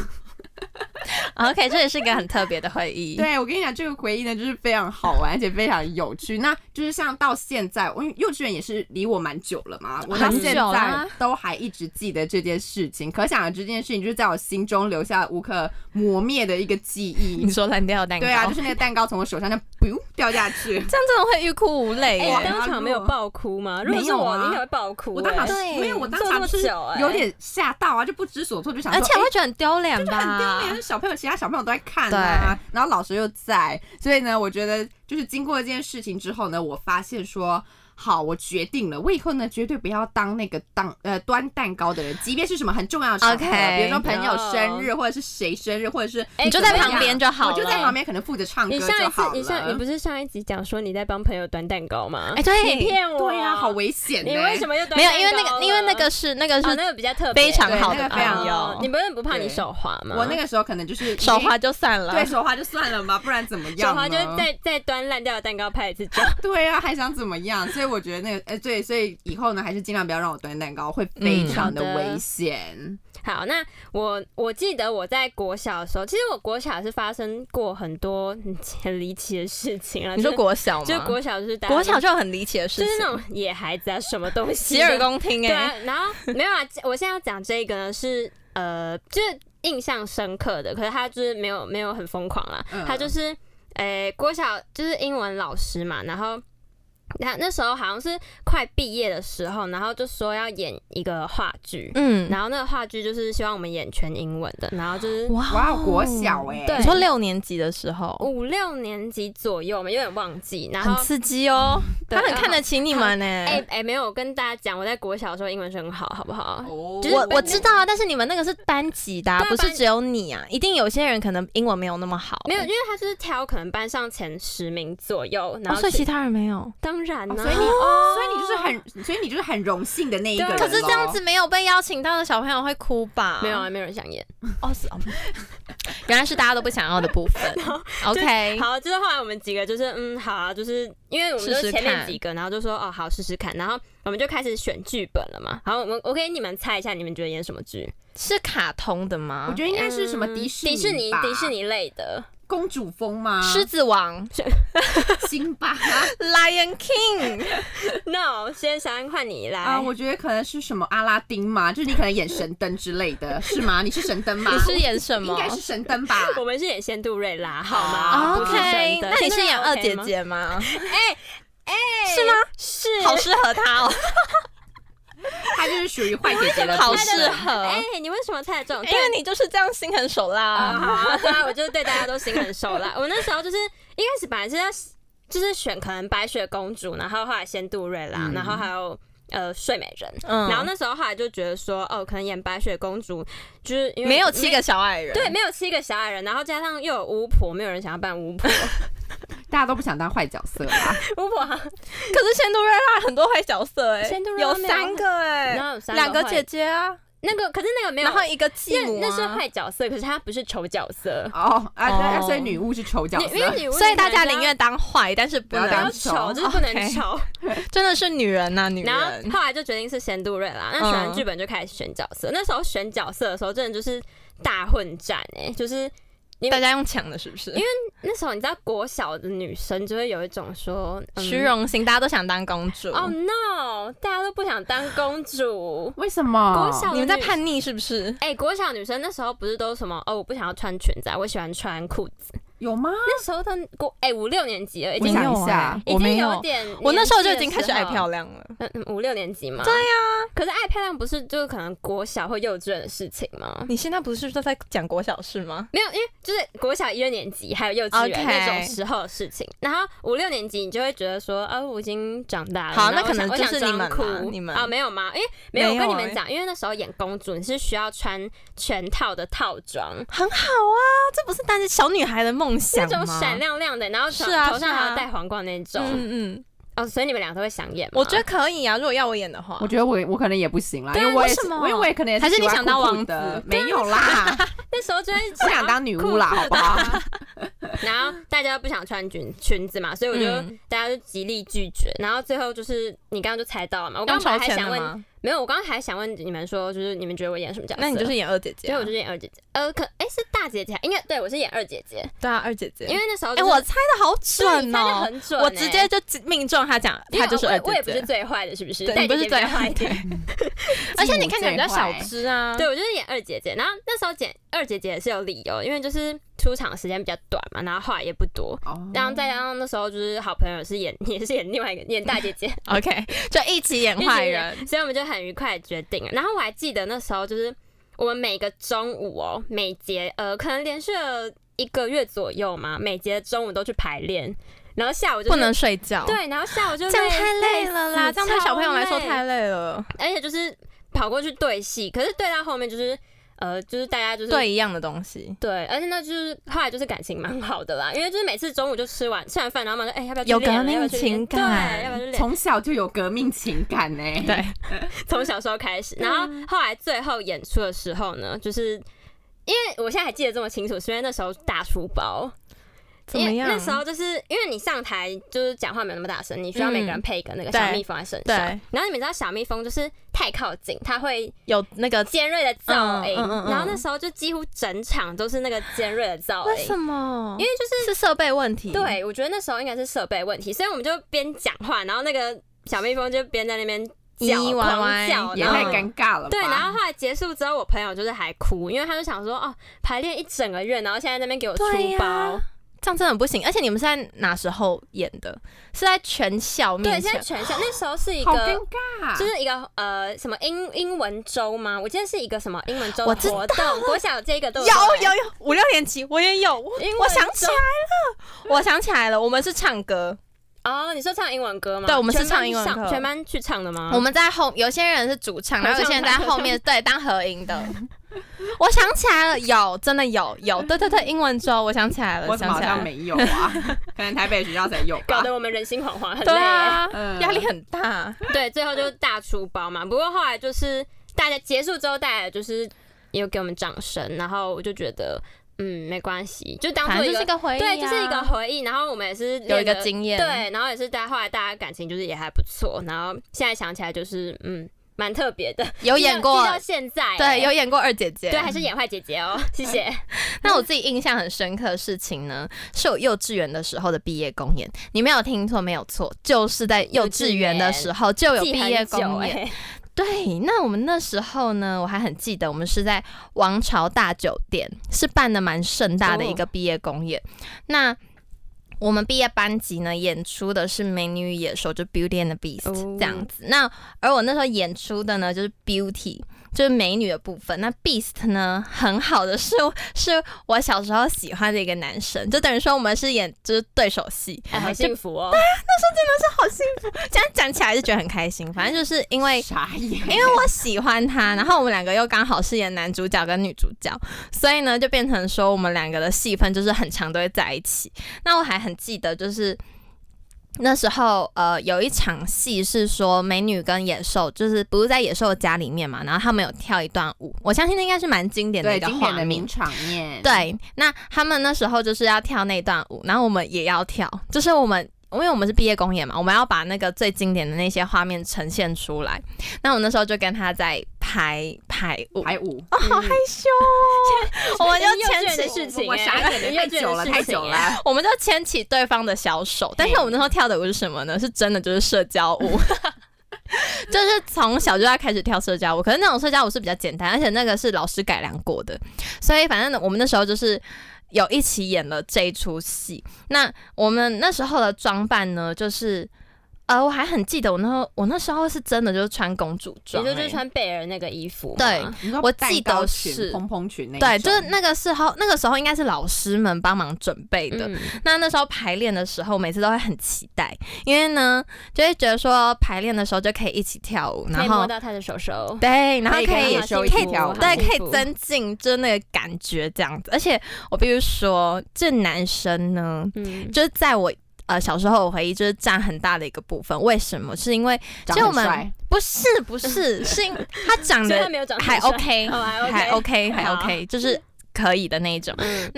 [SPEAKER 1] OK，这也是一个很特别的回忆。
[SPEAKER 2] 对我跟你讲，这个回忆呢，就是非常好玩，而且非常有趣。那就是像到现在，我因为幼稚园也是离我蛮久了嘛，我到
[SPEAKER 1] 很久
[SPEAKER 2] 现在
[SPEAKER 1] 啦
[SPEAKER 2] 都还一直记得这件事情。可想而知，这件事情就是在我心中留下无可磨灭的一个记忆
[SPEAKER 1] 你。说烂掉的蛋糕，
[SPEAKER 2] 对啊，就是那个蛋糕从我手上就 biu 掉下去。
[SPEAKER 1] 这样真的会欲哭无泪
[SPEAKER 3] 哎、
[SPEAKER 1] 耶。
[SPEAKER 2] 对
[SPEAKER 3] 你当场没有爆哭吗？如果
[SPEAKER 2] 没
[SPEAKER 3] 是
[SPEAKER 2] 有
[SPEAKER 3] 我，
[SPEAKER 2] 啊
[SPEAKER 3] 应该会爆哭、
[SPEAKER 2] 我当场
[SPEAKER 3] 哎
[SPEAKER 2] 是
[SPEAKER 1] 对
[SPEAKER 2] 没有，我当
[SPEAKER 3] 做这
[SPEAKER 2] 场
[SPEAKER 3] 么
[SPEAKER 2] 是
[SPEAKER 3] 久哎
[SPEAKER 2] 有点吓到啊，就不知所措，就想
[SPEAKER 1] 欸而
[SPEAKER 2] 说，
[SPEAKER 1] 且
[SPEAKER 2] 哎
[SPEAKER 1] 会觉得很丢脸吧？
[SPEAKER 2] 很丢脸，小朋友其他小朋友都在看啊，然后老师又在，所以呢，我觉得就是经过这件事情之后呢，我发现说。好，我决定了，我以后呢绝对不要当那个当呃端蛋糕的人，即便是什么很重要的场合
[SPEAKER 1] OK
[SPEAKER 2] 比如说朋友生日，或者是谁生日，或者是
[SPEAKER 3] 哎
[SPEAKER 1] 你就
[SPEAKER 3] 可是
[SPEAKER 1] 在旁边就好
[SPEAKER 2] 我
[SPEAKER 1] 了。
[SPEAKER 2] 就在旁边可能负责唱歌
[SPEAKER 3] 你上
[SPEAKER 2] 就
[SPEAKER 3] 一次
[SPEAKER 2] 好了。，
[SPEAKER 3] 你上你不是上一集讲说你在帮朋友端蛋糕吗？
[SPEAKER 1] 哎，对，
[SPEAKER 3] 你骗我！
[SPEAKER 2] 对啊，好危险、欸。
[SPEAKER 3] 你为什么又端
[SPEAKER 1] 没有，
[SPEAKER 3] 蛋
[SPEAKER 1] 因为那
[SPEAKER 3] 糕
[SPEAKER 1] 个，
[SPEAKER 3] 了
[SPEAKER 1] 因为那个是那个
[SPEAKER 3] 哦，
[SPEAKER 1] 是
[SPEAKER 3] 那个比较特别，
[SPEAKER 1] 非常
[SPEAKER 2] 对
[SPEAKER 1] 好
[SPEAKER 2] 那
[SPEAKER 1] 的
[SPEAKER 2] 个
[SPEAKER 1] 朋
[SPEAKER 2] 非常
[SPEAKER 3] 哦
[SPEAKER 1] 友
[SPEAKER 3] 你，不是不怕你
[SPEAKER 2] 对
[SPEAKER 3] 手滑吗？
[SPEAKER 2] 我那个时候可能就是已经
[SPEAKER 1] 手滑就算了。
[SPEAKER 2] 对手滑就算了吧，不然怎么样呢？
[SPEAKER 3] 手滑就再再端烂掉的蛋糕拍一次照。
[SPEAKER 2] 对啊，还想怎么样？所以我觉得那个，呃，对，所以以后呢，还是尽量不要让我端蛋糕，会非常
[SPEAKER 3] 嗯
[SPEAKER 2] 的危险。
[SPEAKER 3] 好，那我我记得我在国小的时候，其实我国小是发生过很多嗯很离奇的事情啊。
[SPEAKER 1] 你说
[SPEAKER 3] 就是
[SPEAKER 1] 国小吗？
[SPEAKER 3] 就国小就是大家
[SPEAKER 1] 国
[SPEAKER 3] 都
[SPEAKER 1] 小就有很离奇的事
[SPEAKER 3] 就是那
[SPEAKER 1] 情，
[SPEAKER 3] 种野孩子啊，什么东西
[SPEAKER 1] 洗
[SPEAKER 3] 的
[SPEAKER 1] 耳恭听
[SPEAKER 3] 对
[SPEAKER 1] 哎
[SPEAKER 3] 啊。，然后没有啊，我现在要讲这个呢是呃，就是印象深刻的，可是他就是没有没有很疯狂啦，
[SPEAKER 2] 嗯
[SPEAKER 3] 他就是呃国小就是英文老师嘛，然后。他那时候好像是快毕业的时候，然后就说要演一个话剧，
[SPEAKER 1] 嗯，
[SPEAKER 3] 然后那个话剧就是希望我们演全英文的，然后哦就是
[SPEAKER 2] 哇，国小哎、
[SPEAKER 3] 对
[SPEAKER 1] 哦你说六年级的时候，
[SPEAKER 3] 五六年级左右嘛，我们有点忘记。哦然
[SPEAKER 1] 很
[SPEAKER 3] 后
[SPEAKER 1] 刺激哦，
[SPEAKER 3] 对
[SPEAKER 1] 他很看得起你们呢。
[SPEAKER 2] 欸
[SPEAKER 3] 哎哎、没有，我跟大家讲，我在国小的时候英文是很好，好不好？
[SPEAKER 2] 哦
[SPEAKER 3] 就是
[SPEAKER 1] 我
[SPEAKER 3] 班
[SPEAKER 1] 我
[SPEAKER 3] 级
[SPEAKER 1] 知道啊，但是你们那个是班级的啊，
[SPEAKER 3] 对啊
[SPEAKER 1] 不是
[SPEAKER 3] 班
[SPEAKER 1] 只有你啊，一定有些人可能英文没有那么好，
[SPEAKER 3] 没有，因为他就是挑可能班上前十名左右，然
[SPEAKER 1] 哦，
[SPEAKER 3] 后
[SPEAKER 1] 所以
[SPEAKER 3] 去、
[SPEAKER 1] 其他人没有。
[SPEAKER 3] 当然
[SPEAKER 2] 哦
[SPEAKER 3] 呢、
[SPEAKER 2] 所以你
[SPEAKER 3] 哦
[SPEAKER 2] 所以你就是很，所以你就是很荣幸的那一个人
[SPEAKER 3] 对啊
[SPEAKER 1] 可
[SPEAKER 2] 咯
[SPEAKER 1] 是这样子，没有被邀请到的小朋友会哭吧？
[SPEAKER 3] 没有啊，没有人想演。
[SPEAKER 1] 哦，是哦， 原来是大家都不想要的部 分。OK，
[SPEAKER 3] 好，啊就是后来我们几个就是嗯，好啊，就是因为我们就
[SPEAKER 1] 试试
[SPEAKER 3] 前面
[SPEAKER 1] 看
[SPEAKER 3] 几个，然后就说哦好试试看，然后我们就开始选剧本了嘛。好，我们我给你们猜一下，你们觉得演什么剧？
[SPEAKER 1] 是卡通的吗？
[SPEAKER 2] 我觉得应该是什么迪士
[SPEAKER 3] 嗯迪士尼
[SPEAKER 2] 吧
[SPEAKER 3] 迪士尼类的，
[SPEAKER 2] 公主风吗？
[SPEAKER 1] 狮子王
[SPEAKER 2] 辛巴
[SPEAKER 1] 哎 （Lion King）
[SPEAKER 3] No，先想换你来。
[SPEAKER 2] 啊，我觉得可能是什么阿拉丁嘛，就是你可能演神灯之类 的，是吗？你是神灯吗？
[SPEAKER 1] 你是演什么
[SPEAKER 2] 啊应 该是神灯吧？
[SPEAKER 3] 我们是演仙杜瑞拉，好吗
[SPEAKER 2] 啊
[SPEAKER 3] 不是
[SPEAKER 1] ？OK，
[SPEAKER 3] 神灯
[SPEAKER 1] 那你是演二姐？
[SPEAKER 3] 真的 OK 吗
[SPEAKER 1] 姐 吗？
[SPEAKER 3] 哎
[SPEAKER 1] 是吗？
[SPEAKER 3] 是，
[SPEAKER 1] 好适合她哦，
[SPEAKER 2] 她就是属于坏姐姐的部
[SPEAKER 1] 好
[SPEAKER 2] 分，
[SPEAKER 1] 适合。
[SPEAKER 3] 哎、你为什么猜得中？
[SPEAKER 1] 呃因
[SPEAKER 3] 对
[SPEAKER 1] 为你就是这样心狠手辣
[SPEAKER 3] 啊，
[SPEAKER 1] 啊。
[SPEAKER 3] 好啊，对啊，我就对大家都心狠手 辣。我那时候就是一开始本来是要就是选可能白雪公主，然后后来仙杜瑞拉，
[SPEAKER 2] 嗯
[SPEAKER 3] 然后还有呃睡美人。
[SPEAKER 1] 嗯
[SPEAKER 3] 然后那时候后来就觉得说，哦，可能演白雪公主就是因为
[SPEAKER 1] 没有七个小矮人，
[SPEAKER 3] 对，没有七个小矮人，然后加上又有巫婆，没有人想要 扮巫婆，
[SPEAKER 2] 大家都不想当坏角色啊。
[SPEAKER 3] 巫婆好
[SPEAKER 1] 可是仙杜瑞拉很多坏角色哎、
[SPEAKER 3] 仙杜瑞拉
[SPEAKER 1] 有
[SPEAKER 3] 没有
[SPEAKER 1] 三个哎、
[SPEAKER 3] 然后有三
[SPEAKER 1] 两个
[SPEAKER 3] 坏
[SPEAKER 1] 姐姐啊，
[SPEAKER 3] 那个，可是那个没有
[SPEAKER 1] 然，后一个继母、啊
[SPEAKER 3] 那那是坏角色，可是他不是丑角色，
[SPEAKER 2] 哦啊，对啊
[SPEAKER 1] 哦
[SPEAKER 2] 所以女巫是丑角
[SPEAKER 3] 你因为
[SPEAKER 2] 色。
[SPEAKER 3] 女巫
[SPEAKER 1] 所以
[SPEAKER 3] 女
[SPEAKER 1] 大家
[SPEAKER 3] 人
[SPEAKER 1] 宁愿当坏，但是啊不
[SPEAKER 2] 不要
[SPEAKER 3] 不要
[SPEAKER 1] 能
[SPEAKER 2] 当
[SPEAKER 3] 丑，就是不能
[SPEAKER 1] OK
[SPEAKER 3] 丑。
[SPEAKER 1] 真的是女人呐、啊女
[SPEAKER 3] 然后
[SPEAKER 1] 人。
[SPEAKER 3] 后来就决定是仙杜瑞拉，那选完
[SPEAKER 1] 嗯
[SPEAKER 3] 剧本就开始选角色。那时候选角色的时候，真的就是大混战哎、就是因为
[SPEAKER 1] 大家用抢的是不是？因为
[SPEAKER 3] 那时候你知道国小的女生就会有一种说嗯哦
[SPEAKER 1] 虚荣心，大家都想当公主。
[SPEAKER 3] 哦、no，大家都不想当公主。
[SPEAKER 2] 为什么
[SPEAKER 3] 国？小
[SPEAKER 1] 哦你们在
[SPEAKER 3] 女
[SPEAKER 1] 叛逆是不是？
[SPEAKER 3] 哎、国小女生那时候不是都什么哦，我不想要穿裙子、啊，我喜欢穿裤子。
[SPEAKER 2] 有吗？
[SPEAKER 3] 那时候的国哎、五六年级了，已
[SPEAKER 2] 我
[SPEAKER 3] 经
[SPEAKER 2] 想
[SPEAKER 1] 没有
[SPEAKER 2] 一下
[SPEAKER 1] 欸，
[SPEAKER 3] 已
[SPEAKER 1] 我
[SPEAKER 3] 经
[SPEAKER 1] 没
[SPEAKER 3] 有
[SPEAKER 1] 有，
[SPEAKER 3] 点，
[SPEAKER 1] 我那时候就已经开始爱漂。亮啊了。
[SPEAKER 3] 嗯，嗯五六年级嘛。对呀、可是爱漂亮不是就是可能国小或幼稚园的事情吗？
[SPEAKER 1] 你现在不是都在讲国小事吗？
[SPEAKER 3] 没有，因为就是国小一二年级还有幼稚园
[SPEAKER 1] OK
[SPEAKER 3] 那种时候的事情。然后五六年级你就会觉得说，哦，我已经长大了。
[SPEAKER 1] 好
[SPEAKER 3] 然
[SPEAKER 1] 那
[SPEAKER 3] 后我
[SPEAKER 1] 可
[SPEAKER 3] 想
[SPEAKER 1] 能就是
[SPEAKER 3] 我想
[SPEAKER 1] 你们
[SPEAKER 3] 装
[SPEAKER 1] 啦
[SPEAKER 3] 酷
[SPEAKER 1] 你们
[SPEAKER 3] 啊、没有吗？因为没有，
[SPEAKER 1] 没
[SPEAKER 3] 我跟
[SPEAKER 1] 有
[SPEAKER 3] 你们
[SPEAKER 1] 欸
[SPEAKER 3] 讲，因为那时候演公主你是需要穿全套的套装，
[SPEAKER 1] 很好啊，这不是单是小女孩的梦
[SPEAKER 3] 那
[SPEAKER 1] 想
[SPEAKER 3] 种
[SPEAKER 1] 吗？
[SPEAKER 3] 闪亮亮的，然后头
[SPEAKER 1] 是啊
[SPEAKER 3] 头上还
[SPEAKER 1] 是
[SPEAKER 3] 要
[SPEAKER 1] 啊
[SPEAKER 3] 戴皇冠那种。
[SPEAKER 1] 嗯嗯，
[SPEAKER 3] 哦，所以你们俩都会想演吗？
[SPEAKER 1] 我觉得可以啊，如果要我演的话，
[SPEAKER 2] 我觉得我我可能也不行啦，因
[SPEAKER 1] 对啊
[SPEAKER 2] 为我也
[SPEAKER 1] 为什么
[SPEAKER 2] 因为我也可能也
[SPEAKER 1] 还是
[SPEAKER 2] 喜欢
[SPEAKER 1] 你想当
[SPEAKER 2] 酷酷
[SPEAKER 1] 王
[SPEAKER 2] 的
[SPEAKER 1] 子，
[SPEAKER 2] 没有啦，
[SPEAKER 3] 那时候就会
[SPEAKER 2] 不想当女巫啦，好不好？
[SPEAKER 3] 然后大家不想穿裙裙子嘛，所以我就、
[SPEAKER 1] 嗯
[SPEAKER 3] 大家就极力拒绝。然后最后就是你刚刚就猜到了嘛，我刚
[SPEAKER 1] 用
[SPEAKER 3] 刚
[SPEAKER 1] 超
[SPEAKER 3] 本来还
[SPEAKER 1] 前
[SPEAKER 3] 想
[SPEAKER 1] 的
[SPEAKER 3] 问，
[SPEAKER 1] 吗？
[SPEAKER 3] 没有，我刚刚还想问你们说，就是你们觉得我演什么角色？
[SPEAKER 1] 那你就是，演二姐姐
[SPEAKER 3] 所以
[SPEAKER 1] 啊、
[SPEAKER 3] 我就是演二姐姐。呃，可哎、是大姐姐啊，应该对我是演二姐姐，
[SPEAKER 1] 对啊，二姐姐。
[SPEAKER 3] 因为那时候
[SPEAKER 1] 哎、
[SPEAKER 3] 就是
[SPEAKER 1] 我猜的好
[SPEAKER 3] 对
[SPEAKER 1] 准
[SPEAKER 3] 你猜得
[SPEAKER 1] 哦、
[SPEAKER 3] 很准、欸
[SPEAKER 1] 我直接。就命中他讲，
[SPEAKER 3] 因为
[SPEAKER 1] 他就是
[SPEAKER 3] 我
[SPEAKER 1] 二
[SPEAKER 3] 我也
[SPEAKER 1] 姐
[SPEAKER 3] 不是
[SPEAKER 1] 姐。
[SPEAKER 3] 最坏的，是不是？
[SPEAKER 1] 对，
[SPEAKER 3] 大
[SPEAKER 1] 你不
[SPEAKER 3] 姐
[SPEAKER 1] 是
[SPEAKER 3] 姐比较
[SPEAKER 1] 最
[SPEAKER 3] 坏
[SPEAKER 1] 坏
[SPEAKER 3] 一
[SPEAKER 1] 的
[SPEAKER 3] 点。，
[SPEAKER 1] 而且你看起来比较
[SPEAKER 2] 继母最
[SPEAKER 1] 小
[SPEAKER 2] 坏
[SPEAKER 1] 只啊。
[SPEAKER 3] 对，我就是演二姐姐。然后那时候演二姐姐也是有理由，因为就是出场时间比较短嘛，然后话也不多，
[SPEAKER 2] 哦
[SPEAKER 3] 然后再加上那时候就是好朋友是演 也是演另外一个演大姐姐，
[SPEAKER 1] ，OK，就一起演坏人。
[SPEAKER 3] 所以我们就很愉快地决定了。然后我还记得那时候就是我们每个中午哦，每节呃可能连续了一个月左右嘛，每节中午都去排练，然后下午就是
[SPEAKER 1] 不能睡觉。，
[SPEAKER 3] 对，然后下午就
[SPEAKER 1] 这样
[SPEAKER 3] 累
[SPEAKER 1] 太累了啦，
[SPEAKER 3] 死
[SPEAKER 1] 这样对小朋友来说
[SPEAKER 3] 超累
[SPEAKER 1] 太累了。
[SPEAKER 3] 而且就是跑过去对戏，可是对到后面就是呃就是大家就是
[SPEAKER 1] 对一样的东 西，
[SPEAKER 3] 对，而且那就是后来就是感情蛮好的啦，因为就是每次中午就吃完吃完饭，然后马上哎、要不要去
[SPEAKER 1] 有
[SPEAKER 3] 练
[SPEAKER 1] 革
[SPEAKER 3] 了
[SPEAKER 1] 命
[SPEAKER 3] 要不要去练
[SPEAKER 1] 情感
[SPEAKER 3] 对，要不要去练？
[SPEAKER 2] 从小就有革命情感呢、
[SPEAKER 1] 对，
[SPEAKER 3] 从小时候开始，然后
[SPEAKER 1] 嗯
[SPEAKER 3] 后来最后演出的时候呢，就是因为我现在还记得这么清楚，是因为那时候大书包，
[SPEAKER 1] 怎
[SPEAKER 3] 因
[SPEAKER 1] 么
[SPEAKER 3] 为
[SPEAKER 1] 样？
[SPEAKER 3] 那时候就是因为你上台就是讲话没有那么大声，你需要每个人配一个那个小
[SPEAKER 1] 嗯对
[SPEAKER 3] 蜜蜂在身
[SPEAKER 1] 对
[SPEAKER 3] 上，然后你们知道小蜜蜂就是太靠近，它会
[SPEAKER 1] 有那个
[SPEAKER 3] 尖锐的噪音，
[SPEAKER 1] 嗯嗯嗯嗯
[SPEAKER 3] 然后那时候就几乎整场都是那个尖锐的噪
[SPEAKER 1] 为
[SPEAKER 3] 音
[SPEAKER 1] 什。么？
[SPEAKER 3] 因为就是
[SPEAKER 1] 是设备问题。，
[SPEAKER 3] 对，我觉得那时候应该是设备问题，所以我们就边讲话，然后那个小蜜蜂就边在那边
[SPEAKER 1] 咿
[SPEAKER 3] 叫
[SPEAKER 1] 咿
[SPEAKER 3] 狂
[SPEAKER 1] 歪歪
[SPEAKER 3] 叫，
[SPEAKER 2] 也
[SPEAKER 3] 然后
[SPEAKER 2] 太尴尬了吧。
[SPEAKER 3] 对，然后后来结束之后，我朋友就是还哭，因为他就想说，哦，排练一整个月，然后现在在那边给我出
[SPEAKER 1] 对呀
[SPEAKER 3] 包，
[SPEAKER 1] 这样真的很不行。而且你们是在哪时候演的？是在全校
[SPEAKER 3] 对，
[SPEAKER 1] 面
[SPEAKER 3] 现在
[SPEAKER 1] 前？
[SPEAKER 3] 全校那时候是一
[SPEAKER 2] 好尴
[SPEAKER 3] 个。
[SPEAKER 2] 尬，啊
[SPEAKER 3] 就是一个呃什么英英文周吗？我记得是一个什么英文周的
[SPEAKER 1] 我知
[SPEAKER 3] 活动，国小这个都
[SPEAKER 1] 有
[SPEAKER 3] 对
[SPEAKER 1] 有有，五六年级我也有，我
[SPEAKER 3] 英文
[SPEAKER 1] 我想起来了，我想起来了，我们是唱歌，
[SPEAKER 3] 哦，你说唱英文歌吗？
[SPEAKER 1] 对我们是
[SPEAKER 3] 全班
[SPEAKER 1] 唱英文
[SPEAKER 3] 去
[SPEAKER 1] 课
[SPEAKER 3] 全班去唱的吗？
[SPEAKER 2] 嗯
[SPEAKER 1] 我们在后，有些人是主唱，
[SPEAKER 3] 合
[SPEAKER 1] 然后有些人在
[SPEAKER 3] 唱团
[SPEAKER 1] 后 面对当合影的。我想起来了，有真的有有，对对对，英文周我想起来了，
[SPEAKER 2] 我怎
[SPEAKER 1] 想
[SPEAKER 2] 么好
[SPEAKER 1] 起来
[SPEAKER 2] 像
[SPEAKER 1] 了，
[SPEAKER 2] 没有啊？ 可能台北学校才有吧
[SPEAKER 3] 搞。得我们人心惶惶，很累
[SPEAKER 1] 对
[SPEAKER 3] 耶。
[SPEAKER 1] 啊，
[SPEAKER 2] 嗯
[SPEAKER 1] 压力很大。
[SPEAKER 3] 对，最后就是大出包嘛。不过后来就是大家结束之后，大家就是也有给我们掌声，然后我就觉得，嗯，没关系，就当
[SPEAKER 1] 反
[SPEAKER 3] 做
[SPEAKER 1] 正
[SPEAKER 3] 一
[SPEAKER 1] 就是
[SPEAKER 3] 个
[SPEAKER 1] 个回忆、啊，
[SPEAKER 3] 对，就是一个回忆。然后我们也是
[SPEAKER 1] 有
[SPEAKER 3] 练
[SPEAKER 1] 一个经验，
[SPEAKER 3] 对，然后也是大家后来大家感情就是也还不错，然后现在想起来就是嗯，蛮特别的。
[SPEAKER 1] 有演过
[SPEAKER 3] 记，到现在、
[SPEAKER 1] 对，有
[SPEAKER 3] 欸
[SPEAKER 1] 演过二姐姐。
[SPEAKER 3] 对，还是演坏姐姐哦，谢 谢。
[SPEAKER 1] 那我自己印象很深刻的事情呢，是我幼稚园的时候的毕业公演。你没有听错，没有错，就是在幼稚园的时候就有
[SPEAKER 3] 记
[SPEAKER 1] 毕
[SPEAKER 3] 很
[SPEAKER 1] 业
[SPEAKER 3] 久
[SPEAKER 1] 公演。
[SPEAKER 3] 欸
[SPEAKER 1] 对，那我们那时候呢，我还很记得，我们是在王朝大酒店，是办的蛮盛大的一个毕业公演。那我们毕业班级呢，演出的是《美女与野兽》，就《Beauty and the Beast、
[SPEAKER 3] 哦
[SPEAKER 1] 这样子。那而我那时候演出的呢，就是 Beauty，就是美女的部分。那 Beast 呢，很好的是是我小时候喜欢的一个男生，就等于说我们是演就是对手戏。
[SPEAKER 3] 哎好幸福哦。
[SPEAKER 1] 这样讲起来就觉得很开心，反正就是因为
[SPEAKER 2] 傻眼，
[SPEAKER 1] 因为我喜欢他，然后我们两个又刚好饰演男主角跟女主角，所以呢就变成说我们两个的戏份就是很长都会在一起。那我还很记得就是。那时候，呃，有一场戏是说美女跟野兽，就是不是在野兽的家里面嘛，然后他们有跳一段舞，我相信那应该是蛮经典的
[SPEAKER 2] 对
[SPEAKER 1] 一个
[SPEAKER 2] 经典
[SPEAKER 1] 画
[SPEAKER 2] 的
[SPEAKER 1] 面
[SPEAKER 2] 名。场面，，
[SPEAKER 1] 对，那他们那时候就是要跳那段舞，然后我们也要跳，就是我们。因为我们是毕业公演嘛，我们要把那个最经典的那些画面呈现出来。那我那时候就跟他在排排舞，
[SPEAKER 2] 排舞。
[SPEAKER 1] 哦，好害羞哦！我们就
[SPEAKER 3] 幼稚园
[SPEAKER 1] 牵
[SPEAKER 3] 的
[SPEAKER 1] 起，
[SPEAKER 3] 事情
[SPEAKER 2] 我
[SPEAKER 3] 欸
[SPEAKER 2] 傻眼
[SPEAKER 3] 幼
[SPEAKER 2] 了，太
[SPEAKER 3] 稚园的
[SPEAKER 2] 久了，
[SPEAKER 3] 事
[SPEAKER 2] 太
[SPEAKER 3] 情
[SPEAKER 2] 久
[SPEAKER 3] 欸
[SPEAKER 2] 了。
[SPEAKER 1] 我们就牵起对方的小手。但是我们那时候跳的舞是什么呢？是真的就是社交舞， 就是从小就要开始跳社交舞，可是那种社交舞是比较简单，而且那个是老师改良过的，所以反正我们那时候就是有一起演了这一出戏。那我们那时候的装扮呢，就是呃，我还很记得我那时候我那时候是真的就是穿公主
[SPEAKER 3] 你
[SPEAKER 1] 装、
[SPEAKER 3] 说就是
[SPEAKER 1] 欸
[SPEAKER 3] 穿贝尔那个衣服吗，嗯
[SPEAKER 1] 对
[SPEAKER 2] 你说
[SPEAKER 1] 我
[SPEAKER 2] 蛋
[SPEAKER 1] 记得
[SPEAKER 2] 糕裙
[SPEAKER 1] 是
[SPEAKER 2] 蓬蓬裙那一
[SPEAKER 1] 对，就是
[SPEAKER 2] 种
[SPEAKER 1] 那个时候，那个时候应该是老师们帮忙准备的。
[SPEAKER 3] 嗯
[SPEAKER 1] 那那时候排练的时候，每次都会很期待，因为呢，就会觉得说排练的时候就可以一起跳舞，
[SPEAKER 3] 可
[SPEAKER 1] 然
[SPEAKER 3] 以摸
[SPEAKER 1] 后
[SPEAKER 3] 到他的手手，
[SPEAKER 1] 对，然后
[SPEAKER 2] 可
[SPEAKER 1] 可
[SPEAKER 2] 以
[SPEAKER 1] 以
[SPEAKER 2] 跟他一起跳舞
[SPEAKER 1] 对，可
[SPEAKER 3] 增。
[SPEAKER 1] 以增进就那个感觉这样子。而且我必须说，这男生呢，
[SPEAKER 3] 嗯，
[SPEAKER 1] 就是在我呃小时候，我回忆就是占很大的一个部分。为什么？是因为
[SPEAKER 2] 长
[SPEAKER 1] 就
[SPEAKER 2] 得
[SPEAKER 1] 我们
[SPEAKER 2] 帅
[SPEAKER 1] 不是不 是，是因他长
[SPEAKER 3] 所以他
[SPEAKER 1] 得
[SPEAKER 3] 没有长得
[SPEAKER 1] 还
[SPEAKER 3] 很帅
[SPEAKER 1] OK，
[SPEAKER 3] 哦还 OK
[SPEAKER 1] 还 OK，还
[SPEAKER 3] 好啊
[SPEAKER 1] OK，就是可以的那一种。
[SPEAKER 3] 嗯，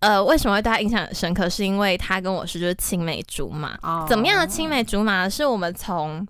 [SPEAKER 1] 呃，为什么会对他印象很深刻？是因为他跟我是就是青梅竹马。
[SPEAKER 2] 哦
[SPEAKER 1] 怎么样的青梅竹马？是我们从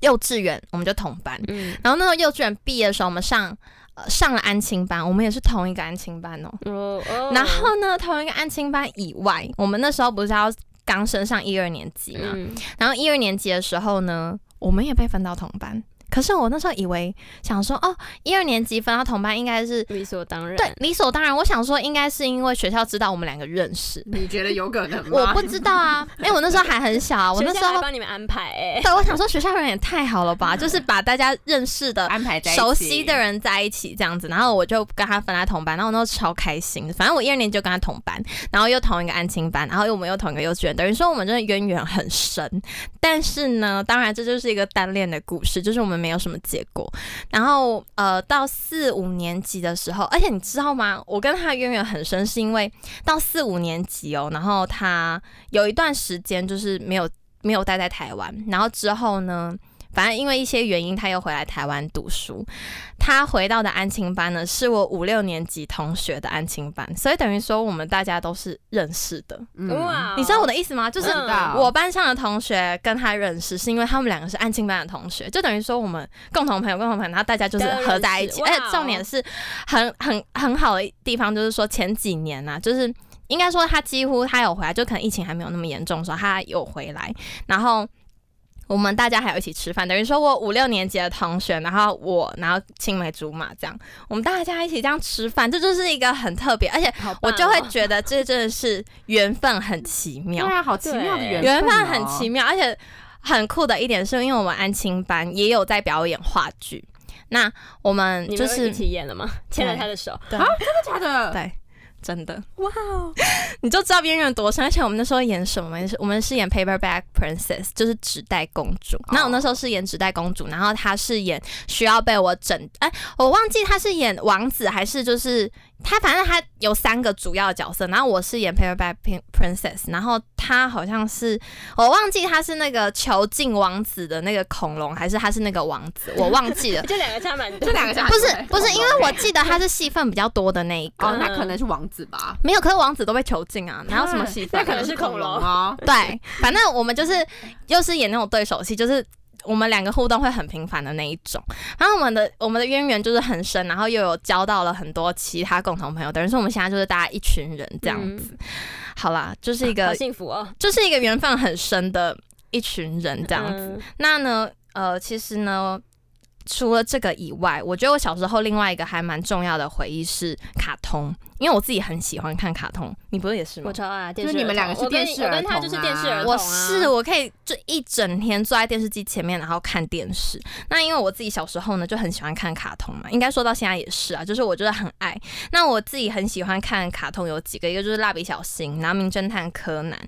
[SPEAKER 1] 幼稚园我们就同班，
[SPEAKER 3] 嗯
[SPEAKER 1] 然后那时候幼稚园毕业的时候，我们上呃上了安亲班，我们也是同一个安亲班哦。
[SPEAKER 3] 哦哦
[SPEAKER 1] 然后呢，同一个安亲班以外，我们那时候不是要刚升上一二年级嘛？
[SPEAKER 3] 嗯，
[SPEAKER 1] 然后一二年级的时候呢，我们也被分到同班。可是我那时候以为想说，哦，一二年级分到同班应该是
[SPEAKER 3] 理所当然，
[SPEAKER 1] 对，理所当然。我想说，应该是因为学校知道我们两个认识，
[SPEAKER 2] 你觉得有可能
[SPEAKER 3] 嗯
[SPEAKER 2] 吗？
[SPEAKER 1] 我不知道啊， 因为我那时候还很小啊，我
[SPEAKER 3] 学
[SPEAKER 1] 那
[SPEAKER 3] 校
[SPEAKER 1] 时
[SPEAKER 3] 还
[SPEAKER 1] 候
[SPEAKER 3] 帮你们安排哎，
[SPEAKER 1] 对我想说学校人也太好了吧，就是把大家认识的。
[SPEAKER 2] 安排在一起
[SPEAKER 1] 熟悉的人在一起这样子，然后我就跟他分在同班，然后我那时候超开心的。反正我一二年级就跟他同班，然后又同一个安亲班，然后又我们又嗯同一个幼稚园，等于说我们真的渊源很深。但是呢，当然这就是一个单恋的故事，就是我们没有什么结果。然后呃，到四五年级的时候，而且你知道吗？我跟他渊源很深，是因为到四五年级哦，然后他有一段时间就是没有没有待在台湾，然后之后呢，反正因为一些原因，他又回来台湾读书。他回到的安亲班呢，是我五六年级同学的安亲班，所以等于说我们大家都是认识的。
[SPEAKER 2] 嗯
[SPEAKER 3] 哇，哦
[SPEAKER 1] 你知道我的意思吗？就是
[SPEAKER 3] 嗯
[SPEAKER 1] 我班上的同学跟他认识，是因为他们两个是安庆班的同学，就等于说我们共同朋友、共同朋友，然后大家就是合在一起。
[SPEAKER 3] 都
[SPEAKER 1] 而
[SPEAKER 3] 认识
[SPEAKER 1] 且重点是很很很好的地方，就是说前几年呐、就是应该说他几乎他有回来，就可能疫情还没有那么严重的时候，他有回来，然后。我们大家还有一起吃饭，等于说我五六年级的同学，然后我，然后青梅竹马这样，我们大家一起这样吃饭，这就是一一个很特别，而且
[SPEAKER 3] 好棒
[SPEAKER 1] 我就会
[SPEAKER 3] 哦
[SPEAKER 1] 觉得这真的是缘分很奇妙
[SPEAKER 2] 对。啊，好奇妙的
[SPEAKER 3] 对
[SPEAKER 2] 缘
[SPEAKER 1] 缘分
[SPEAKER 2] 分
[SPEAKER 1] 很
[SPEAKER 2] 哦
[SPEAKER 1] 奇妙，而且很酷的一点是，因为我们安亲班也有在表演话剧，那我们
[SPEAKER 3] 你
[SPEAKER 1] 就
[SPEAKER 3] 们有
[SPEAKER 1] 是
[SPEAKER 3] 一起演了吗？牵了他的 手，
[SPEAKER 1] 对
[SPEAKER 2] 啊真的假的？
[SPEAKER 1] 对，真的，
[SPEAKER 3] 哇哦，
[SPEAKER 1] 你就知道边缘有多深。而且我们那时候演什么？我们是演 Paperback Princess，就是纸袋公主。
[SPEAKER 3] 哦
[SPEAKER 1] 那我那时候是演纸袋公主，然后她是演需要被我整，哎、我忘记她是演王子还是就是她，反正她有三个主要角色，然后我是演 Paperback Prin- Princess，然后她好像是我忘记她是那个囚禁王子的那个恐龙，还是她是那个王子，我忘记
[SPEAKER 3] 。
[SPEAKER 1] 了
[SPEAKER 3] 这哎两个差蛮多，
[SPEAKER 2] 这两个叫
[SPEAKER 1] 不是
[SPEAKER 3] 哎
[SPEAKER 1] 不是，因为我记得她是戏份比较多的那一个。
[SPEAKER 2] 哦，那可能是王子吧？
[SPEAKER 1] 没有，可是王子都被囚禁 啊，哪有什么戏份
[SPEAKER 3] 那
[SPEAKER 1] 啊？
[SPEAKER 3] 可能是恐龙
[SPEAKER 2] 哦。
[SPEAKER 1] 对，反正我们就是又是演那种对手戏，就是我们两个互动会很频繁的那一种。然后我们的我们的渊源就是很深，然后又有交到了很多其他共同朋友，等于说我们现在就是大家一群人这样子。好啦，就是一
[SPEAKER 3] 嗯好
[SPEAKER 1] 个
[SPEAKER 3] 幸福哦，
[SPEAKER 1] 就是一个缘分很深的一群人这样子。
[SPEAKER 3] 子，
[SPEAKER 1] 那呢，呃，其实呢。除了这个以外，我觉得我小时候另外一个还蛮重要的回忆是卡通，因为我自己很喜欢看卡通。你不是也是吗
[SPEAKER 3] 我？超爱啊电
[SPEAKER 2] 就
[SPEAKER 3] 视儿童，
[SPEAKER 2] 是你们两个是
[SPEAKER 3] 我跟
[SPEAKER 2] 电
[SPEAKER 3] 你
[SPEAKER 2] 视
[SPEAKER 3] 我
[SPEAKER 2] 儿
[SPEAKER 3] 跟他
[SPEAKER 2] 童
[SPEAKER 3] 就是
[SPEAKER 2] 啊
[SPEAKER 3] 电视儿童啊，
[SPEAKER 1] 我是我可以就一整天坐在电视机前面，然后看电视。那因为我自己小时候呢就很喜欢看卡通嘛，应该说到现在也是啊，就是我觉得很爱。那我自己很喜欢看卡通有几个，一个就是蜡笔小新，然后名侦探柯南、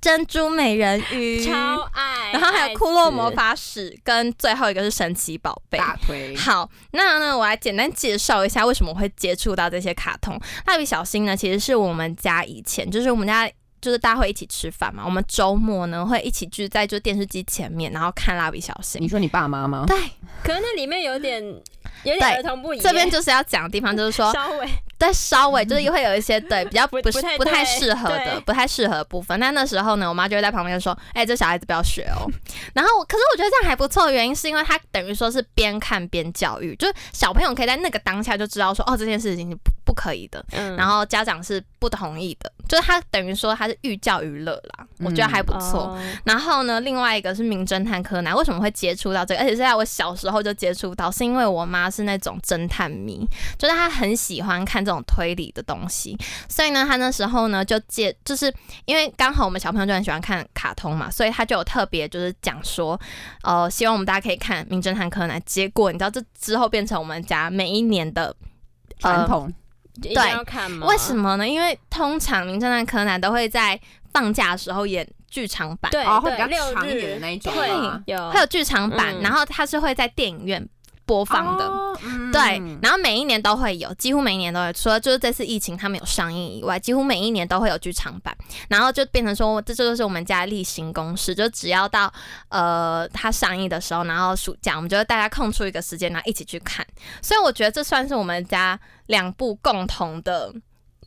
[SPEAKER 1] 珍珠美人鱼，
[SPEAKER 3] 超爱，
[SPEAKER 1] 然后还
[SPEAKER 3] 爱
[SPEAKER 1] 有库洛
[SPEAKER 3] 死
[SPEAKER 1] 魔，法使，跟最后一个是神奇宝贝。
[SPEAKER 2] 大腿
[SPEAKER 1] 好，那呢，我来简单介绍一下为什么我会接触到这些卡通。蜡笔小新呢，其实是我们家以前就是我们家。就是大家会一起吃饭嘛，我们周末呢会一起聚在就电视机前面，然后看蜡笔小新
[SPEAKER 2] 你。说你爸妈吗？
[SPEAKER 1] 对，
[SPEAKER 3] 可是那里面有点有点
[SPEAKER 1] 对
[SPEAKER 3] 儿童不宜，
[SPEAKER 1] 这边就是要讲的地方，就是说，
[SPEAKER 3] 稍微
[SPEAKER 1] 对，稍微就是会有一些对比 较
[SPEAKER 3] 不
[SPEAKER 1] 不是
[SPEAKER 3] 不太
[SPEAKER 1] 不太
[SPEAKER 3] 对
[SPEAKER 1] 适合的
[SPEAKER 3] 对、
[SPEAKER 1] 不太适合的部分。但那时候呢，我妈就会在旁边说：“哎、这小孩子不要学 哦。”然后我，可是我觉得这样还不错，的原因是因为他等于说是边看边教育，就是小朋友可以在那个当下就知道说，哦，这件事情是不不可以的。
[SPEAKER 3] 嗯
[SPEAKER 1] 然后家长是不同意的，就是他等于说他是寓教于乐啦，我觉得还不错。
[SPEAKER 3] 哦
[SPEAKER 1] 然后呢，另外一个是名侦探柯南，为什么会接触到这个？而且是在我小时候就接触到，是因为我妈是那种侦探迷，就是她很喜欢看这种推理的东西，所以呢，她那时候呢就借，就是因为刚好我们小朋友就很喜欢看卡通嘛，所以她就有特别就是讲说，呃，希望我们大家可以看名侦探柯南。结果你知道，这之后变成我们家每一年的呃
[SPEAKER 2] 传统
[SPEAKER 3] 一定要看吗？
[SPEAKER 1] 为什？么呢？因为通常《名侦探柯南》都会在放假的时候演剧场版，
[SPEAKER 3] 对
[SPEAKER 2] 哦，会比
[SPEAKER 3] 对，
[SPEAKER 2] 较
[SPEAKER 3] 六
[SPEAKER 2] 长一点的
[SPEAKER 3] 日
[SPEAKER 2] 那一种
[SPEAKER 3] 对
[SPEAKER 2] 吗
[SPEAKER 3] 啊有
[SPEAKER 1] 会有剧场版，
[SPEAKER 3] 嗯
[SPEAKER 1] 然后它是会在电影院播放的。
[SPEAKER 2] 哦嗯
[SPEAKER 1] 对，然后每一年都会有，几乎每一年都有。除了就是这次疫情他们有上映以外，几乎每一年都会有剧场版。然后就变成说，这就是我们家例行公事，就只要到呃它上映的时候，然后暑假我们就会大家空出一个时间，然后一起去看。所以我觉得这算是我们家两部共同的。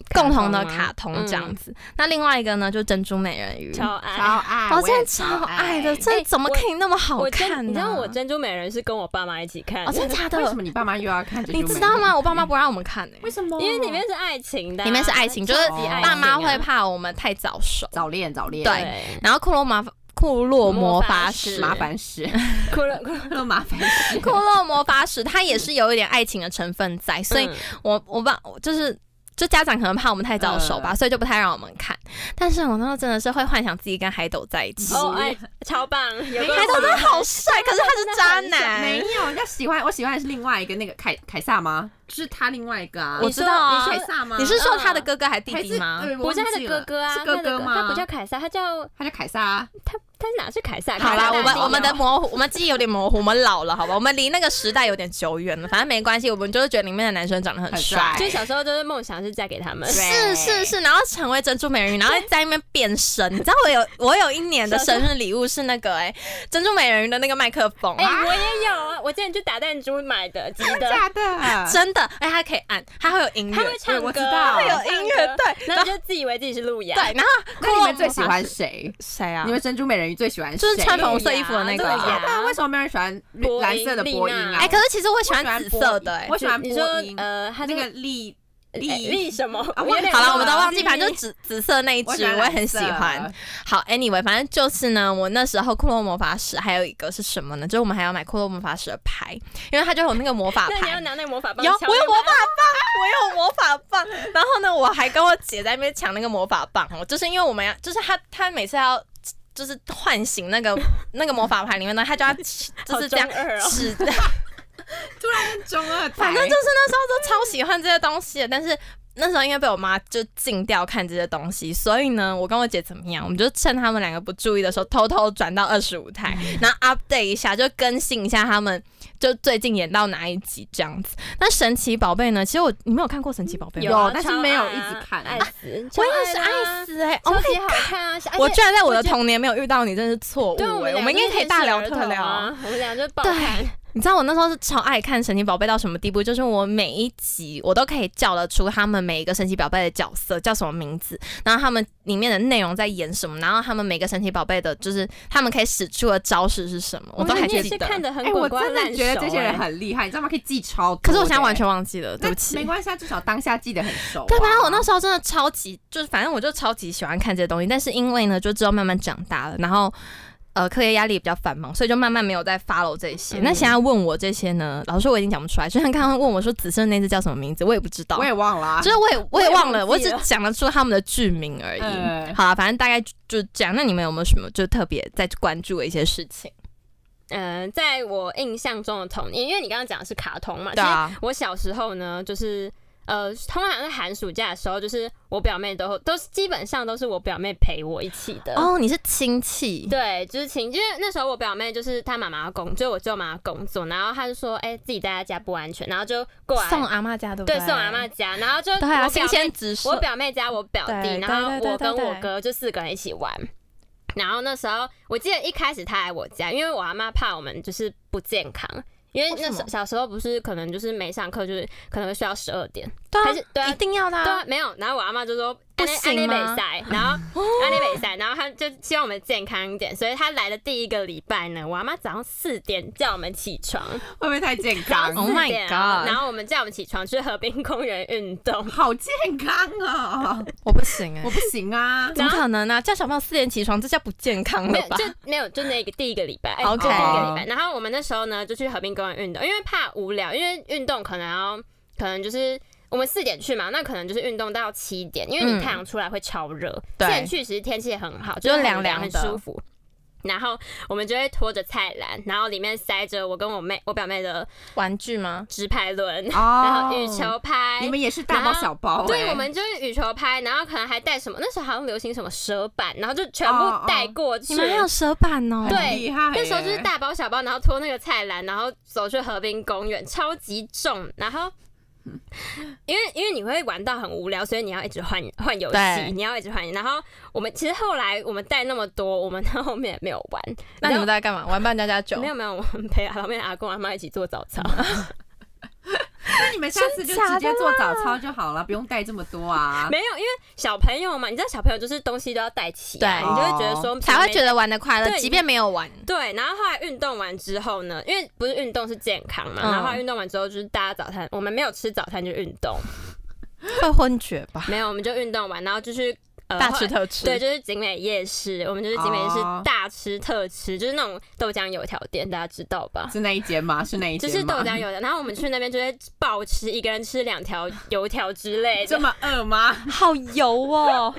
[SPEAKER 3] 卡通
[SPEAKER 1] 共同的
[SPEAKER 3] 吗
[SPEAKER 1] 卡通
[SPEAKER 3] 嗯
[SPEAKER 1] 这样子，那另外一个呢，就珍珠美人鱼，
[SPEAKER 3] 超爱
[SPEAKER 2] 超爱，欸
[SPEAKER 1] 我真
[SPEAKER 2] 啊也
[SPEAKER 1] 的哦超爱的，这
[SPEAKER 3] 哎
[SPEAKER 1] 怎么可以那么好
[SPEAKER 3] 我
[SPEAKER 1] 看呢、
[SPEAKER 3] 珍，你知道我珍珠美人是跟我爸妈一起看
[SPEAKER 1] 哦，，真的假
[SPEAKER 2] 为什
[SPEAKER 1] 的？
[SPEAKER 2] 么你爸妈又要看？
[SPEAKER 1] 你知道？吗？我爸妈不让我们看呢、
[SPEAKER 2] 为什么？
[SPEAKER 3] 因为里面是爱情的啊，
[SPEAKER 1] 里面是爱情就是
[SPEAKER 3] 超级爱
[SPEAKER 1] 爸妈
[SPEAKER 3] 情啊
[SPEAKER 1] 会怕我们太早熟。
[SPEAKER 2] 早恋，早恋，
[SPEAKER 1] 对，然后库洛魔法库洛魔法
[SPEAKER 3] 是
[SPEAKER 1] 使
[SPEAKER 2] 麻，烦事，
[SPEAKER 3] 哭了哭了，
[SPEAKER 2] 都 麻烦事
[SPEAKER 1] 库。洛魔法使它也是有一点爱情的成分在，所以
[SPEAKER 3] 嗯
[SPEAKER 1] 我我爸我就是。就家长可能怕我们太早熟吧，
[SPEAKER 2] 嗯
[SPEAKER 1] 所以就不太让我们看。但是我那时候真的是会幻想自己跟海斗在一起，
[SPEAKER 3] 哦哎，超棒，有
[SPEAKER 1] 海斗真的好帅，可是他是渣
[SPEAKER 2] 没
[SPEAKER 1] 男。
[SPEAKER 2] 有，人家喜欢我喜欢的是另外一个那个凯凯撒吗？就是他另外一个啊，
[SPEAKER 1] 我知道啊
[SPEAKER 2] 凯撒吗？
[SPEAKER 1] 你是说他的哥哥还是弟
[SPEAKER 2] 还
[SPEAKER 1] 弟
[SPEAKER 2] 是
[SPEAKER 1] 吗？
[SPEAKER 2] 嗯我
[SPEAKER 3] 不是他
[SPEAKER 2] 忘
[SPEAKER 3] 的
[SPEAKER 2] 记
[SPEAKER 3] 哥
[SPEAKER 2] 了
[SPEAKER 3] 哥啊，
[SPEAKER 2] 是哥哥吗？
[SPEAKER 3] 他不叫凯撒，他叫
[SPEAKER 2] 他叫凯 撒啊，
[SPEAKER 3] 他他哪是凯撒？
[SPEAKER 1] 好
[SPEAKER 3] 凯
[SPEAKER 1] 啦，
[SPEAKER 3] 撒哦
[SPEAKER 1] 我们
[SPEAKER 3] 是
[SPEAKER 1] 我们的
[SPEAKER 3] 有
[SPEAKER 1] 模糊，我们记忆有点模糊，我们老了，好吧？我们离那个时代有点久远了，反正没关系，我们就是觉得里面的男生长得很
[SPEAKER 2] 很
[SPEAKER 1] 帅
[SPEAKER 2] 帅。
[SPEAKER 3] 就小时候就是梦想是嫁给他们，
[SPEAKER 1] 是是是，然后成为珍珠美人鱼，然后在那边变身。你知道我有我有一年的生日礼物是那个哎、 珍珠美人鱼的那个麦克风，
[SPEAKER 3] 哎，我也有啊，我之前去打弹珠买的，记得
[SPEAKER 2] 假的，
[SPEAKER 1] 啊 真的哎、它可以按，它会有音乐，
[SPEAKER 3] 他会唱歌，
[SPEAKER 2] 我知道
[SPEAKER 1] 它会有音乐，
[SPEAKER 3] 对，
[SPEAKER 1] 对，然
[SPEAKER 3] 然后
[SPEAKER 1] 后
[SPEAKER 3] 你就自以为自己是路亚，
[SPEAKER 1] 对，然后
[SPEAKER 2] 那你们最喜欢谁？
[SPEAKER 1] 谁啊
[SPEAKER 2] 你？们珍珠美人鱼最喜欢谁？
[SPEAKER 1] 就是穿粉红色衣服的那个
[SPEAKER 3] 对
[SPEAKER 2] 假
[SPEAKER 1] 啊。
[SPEAKER 3] 呀
[SPEAKER 2] 的，为什么没人喜欢绿
[SPEAKER 3] 波音
[SPEAKER 2] 蓝色的波音
[SPEAKER 3] 丽
[SPEAKER 2] 啊？
[SPEAKER 3] 娜
[SPEAKER 1] 哎、可是其实我喜
[SPEAKER 2] 我喜
[SPEAKER 1] 欢
[SPEAKER 2] 欢
[SPEAKER 1] 紫色的哎、
[SPEAKER 2] 波音我喜欢
[SPEAKER 3] 你说
[SPEAKER 2] 波音，
[SPEAKER 3] 呃，他
[SPEAKER 2] 那个丽
[SPEAKER 3] 立
[SPEAKER 2] 丽
[SPEAKER 3] 立什么？
[SPEAKER 2] 啊
[SPEAKER 3] 有点
[SPEAKER 1] 好了，我们都
[SPEAKER 3] 了
[SPEAKER 1] 忘记，反正就紫紫色那一只，我也很喜欢。。好，anyway，反正就是呢，我那时候库洛魔法使还有一个是什么呢？就是我们还要买库洛魔法使的牌，因为它就有那个魔法
[SPEAKER 3] 那你要
[SPEAKER 1] 牌。
[SPEAKER 3] 拿那个魔法棒
[SPEAKER 1] 有，
[SPEAKER 3] 敲
[SPEAKER 1] 我有
[SPEAKER 3] 那个
[SPEAKER 1] 魔法棒，我有魔法棒。然后呢，我还跟我姐在那边抢那个魔法棒。我就是因为我们要，就是她，她每次要就是唤醒那个那个魔法牌里面呢，她就要 就是这样
[SPEAKER 3] 好中二哦
[SPEAKER 1] 指。
[SPEAKER 2] 突然间中二，
[SPEAKER 1] 反正就是那时候就超喜欢这些东西的，但是那时候因为被我妈就禁掉看这些东西，所以呢，我跟我姐怎么样，我们就趁他们两个不注意的时候，偷偷转到二十五台，
[SPEAKER 3] 嗯
[SPEAKER 1] 然后 update 一下，就更新一下他们就最近演到哪一集这样子。那神奇宝贝呢？其实我你没有看过神奇宝贝吗？
[SPEAKER 2] 有
[SPEAKER 3] 啊
[SPEAKER 2] 但是
[SPEAKER 3] 超
[SPEAKER 2] 没有
[SPEAKER 3] 爱
[SPEAKER 2] 一
[SPEAKER 3] 啊
[SPEAKER 2] 直看
[SPEAKER 3] 爱死，
[SPEAKER 1] 我
[SPEAKER 3] 超
[SPEAKER 1] 也是
[SPEAKER 3] 的啊
[SPEAKER 1] 爱死哎、欸！
[SPEAKER 3] 超
[SPEAKER 1] Oh
[SPEAKER 3] 级好看啊！是而且
[SPEAKER 1] 我居然在我的
[SPEAKER 3] 我觉得
[SPEAKER 1] 童年没有遇到你，真是错误、
[SPEAKER 3] 对啊
[SPEAKER 1] 欸。
[SPEAKER 3] 我
[SPEAKER 1] 我
[SPEAKER 3] 们
[SPEAKER 1] 们应该可以大聊特聊。
[SPEAKER 3] 啊，我们俩就爆看，
[SPEAKER 1] 你知道我那时候是超爱看神奇宝贝到什么地步？就是我每一集我都可以叫得出他们每一个神奇宝贝的角色叫什么名字，然后他们里面的内容在演什么，然后他们每个神奇宝贝的就是他们可以使出的招式是什么，我都还
[SPEAKER 3] 你也
[SPEAKER 1] 记
[SPEAKER 3] 是
[SPEAKER 1] 得。
[SPEAKER 3] 看的很
[SPEAKER 2] 哎，
[SPEAKER 3] 滚
[SPEAKER 2] 我
[SPEAKER 3] 瓜
[SPEAKER 2] 真
[SPEAKER 3] 烂
[SPEAKER 2] 的
[SPEAKER 3] 熟。
[SPEAKER 2] 觉得这些人
[SPEAKER 3] 哎
[SPEAKER 2] 很厉害，你知道吗？可以记超多的。
[SPEAKER 1] 可是我现在完全忘记了，对
[SPEAKER 2] 那
[SPEAKER 1] 不起
[SPEAKER 2] 没。关系，啊，至少当下记得很熟啊。
[SPEAKER 1] 对吧？我那时候真的超级，就是反正我就超级喜欢看这些东西，但是因为呢，就之后慢慢长大了，然后呃，课业压力也比较繁忙，所以就慢慢没有再 follow 这些。
[SPEAKER 3] 嗯
[SPEAKER 1] 那现在问我这些呢，老师我已经讲不出来，就像刚刚问我说紫色那只叫什么名字，我也不知道
[SPEAKER 2] 我。也忘了啊。
[SPEAKER 1] 就是我也我也忘了，
[SPEAKER 3] 我
[SPEAKER 1] 我
[SPEAKER 3] 也忘记
[SPEAKER 1] 只
[SPEAKER 3] 了
[SPEAKER 1] 讲得出他们的剧名而已。
[SPEAKER 2] 嗯
[SPEAKER 1] 好了，反正大概就就这样。那你们有没有什么就特别在关注的一些事情？
[SPEAKER 3] 嗯、在我印象中的童年，因为你刚刚讲的是卡通嘛，
[SPEAKER 1] 对啊
[SPEAKER 3] 其实我小时候呢，就是呃，通常是寒暑假的时候，就是我表妹都都是基本上都是我表妹陪我一起的。
[SPEAKER 1] 哦，你是亲戚，
[SPEAKER 3] 对，就是请，因为那时候我表妹就是她妈妈工，就是我舅妈工作，然后她就说，哎、自己待在家不安全，然后就过来
[SPEAKER 1] 送阿妈家对不
[SPEAKER 3] 对
[SPEAKER 1] 对，
[SPEAKER 3] 送阿妈家，然后就
[SPEAKER 1] 对啊，
[SPEAKER 3] 我表
[SPEAKER 1] 新
[SPEAKER 3] 妹
[SPEAKER 1] 鲜直
[SPEAKER 3] 我
[SPEAKER 1] 说。
[SPEAKER 3] 表妹加我表弟，
[SPEAKER 1] 对
[SPEAKER 3] 然后
[SPEAKER 1] 对对
[SPEAKER 3] 我跟
[SPEAKER 1] 对对
[SPEAKER 3] 我哥就四个人一起玩。然后那时候我记得一开始他来我家，因为我阿妈怕我们就是不健康，因为
[SPEAKER 1] 为
[SPEAKER 3] 那
[SPEAKER 1] 什
[SPEAKER 3] 时
[SPEAKER 1] 么
[SPEAKER 3] 小时候不是可能就是没上课，就是可能会睡到十二点，
[SPEAKER 1] 对啊
[SPEAKER 3] 还是对啊
[SPEAKER 1] 一定要的
[SPEAKER 3] 对
[SPEAKER 1] 啊、
[SPEAKER 3] 啊没有。然后我阿妈就说。
[SPEAKER 1] 不行吗哦
[SPEAKER 3] 比？赛，然后 安利比赛，然后他就希望我们健康一点，所以他来的第一个礼拜呢，我阿妈早上四点叫我们起床，
[SPEAKER 2] 会不会太健康？
[SPEAKER 1] Oh my
[SPEAKER 3] 四点
[SPEAKER 1] god
[SPEAKER 3] 然后我们叫我们起床去河滨公园运动，
[SPEAKER 2] 好健康 啊！
[SPEAKER 1] 我不行哎、
[SPEAKER 2] 我不行啊！
[SPEAKER 1] 怎么可能呢、啊？叫小朋友四点起床，这叫不健康
[SPEAKER 3] 没
[SPEAKER 1] 了
[SPEAKER 3] 有
[SPEAKER 1] 吧
[SPEAKER 3] 就？没有就那个第一个礼拜哎
[SPEAKER 1] OK
[SPEAKER 3] 第一个礼拜，然后我们那时候呢就去河滨公园运动，因为怕无聊，因为运动可能要可能就是。我们四点去嘛，那可能就是运动到七点，因为你
[SPEAKER 1] 嗯
[SPEAKER 3] 太阳出来会超热。
[SPEAKER 1] 对
[SPEAKER 3] 四点去其实天气很好，
[SPEAKER 1] 就是
[SPEAKER 3] 是很
[SPEAKER 1] 凉
[SPEAKER 3] 凉，
[SPEAKER 1] 凉
[SPEAKER 3] 很
[SPEAKER 1] 的
[SPEAKER 3] 舒服。然后我们就会拖着菜篮，然后里面塞着我跟我妹、我表妹的
[SPEAKER 1] 玩具吗？
[SPEAKER 3] 直排轮，然
[SPEAKER 2] 哦
[SPEAKER 3] 后羽球拍，
[SPEAKER 2] 你们也是大包小包、欸，
[SPEAKER 3] 对，我们就是羽球拍，然后可能还带什么？那时候好像流行什么蛇板，然后就全部
[SPEAKER 2] 哦哦
[SPEAKER 3] 带过去。
[SPEAKER 1] 你们还有蛇板哦、
[SPEAKER 2] 很
[SPEAKER 3] 对
[SPEAKER 2] 厉害耶、
[SPEAKER 3] 那时候就是大包小包，然后拖那个菜篮，然后走去河滨公园，超级重。然后，因为因为你会玩到很无聊，所以你要一直换换游戏
[SPEAKER 1] 对，
[SPEAKER 3] 你要一直换。然后我们其实后来我们带那么多，我们到后面也没有玩。
[SPEAKER 1] 那你们
[SPEAKER 3] 带
[SPEAKER 1] 在干嘛？玩扮家家酒
[SPEAKER 3] 没？有没有，我们陪旁边的阿公阿妈一起做早操。
[SPEAKER 1] 嗯
[SPEAKER 2] 那你们下次就直接做早操就好了，不用带这么多啊。
[SPEAKER 3] 没有，因为小朋友嘛，你知道小朋友就是东西都要带齐啊、
[SPEAKER 1] 对哦
[SPEAKER 3] 你就会觉得说
[SPEAKER 1] 才会
[SPEAKER 3] 没
[SPEAKER 1] 觉得玩的快乐，
[SPEAKER 3] 对
[SPEAKER 1] 即便没有玩。
[SPEAKER 3] 对，然后后来运动完之后呢，因为不是运动是健康嘛，
[SPEAKER 1] 嗯
[SPEAKER 3] 然后后来运动完之后就是大家早餐，我们没有吃早餐就运动，
[SPEAKER 1] 会昏厥吧？
[SPEAKER 3] 没有我们就运动完，然后就去呃
[SPEAKER 1] 大
[SPEAKER 3] 后
[SPEAKER 1] 吃
[SPEAKER 3] 来
[SPEAKER 1] 特吃。
[SPEAKER 3] 对，，就是景美夜市，我们就是景美夜市
[SPEAKER 2] 哦
[SPEAKER 3] 大吃特吃，就是那种豆浆油条店，大家知道吧？
[SPEAKER 2] 是那一间吗？是那一
[SPEAKER 3] 啊就
[SPEAKER 2] 间
[SPEAKER 3] 是豆
[SPEAKER 2] 吗？
[SPEAKER 3] 浆油条，然后我们去那边就会暴吃，一个人吃两条油条之 类
[SPEAKER 2] 这
[SPEAKER 3] 的，
[SPEAKER 2] 么饿 吗？
[SPEAKER 1] 好油哦，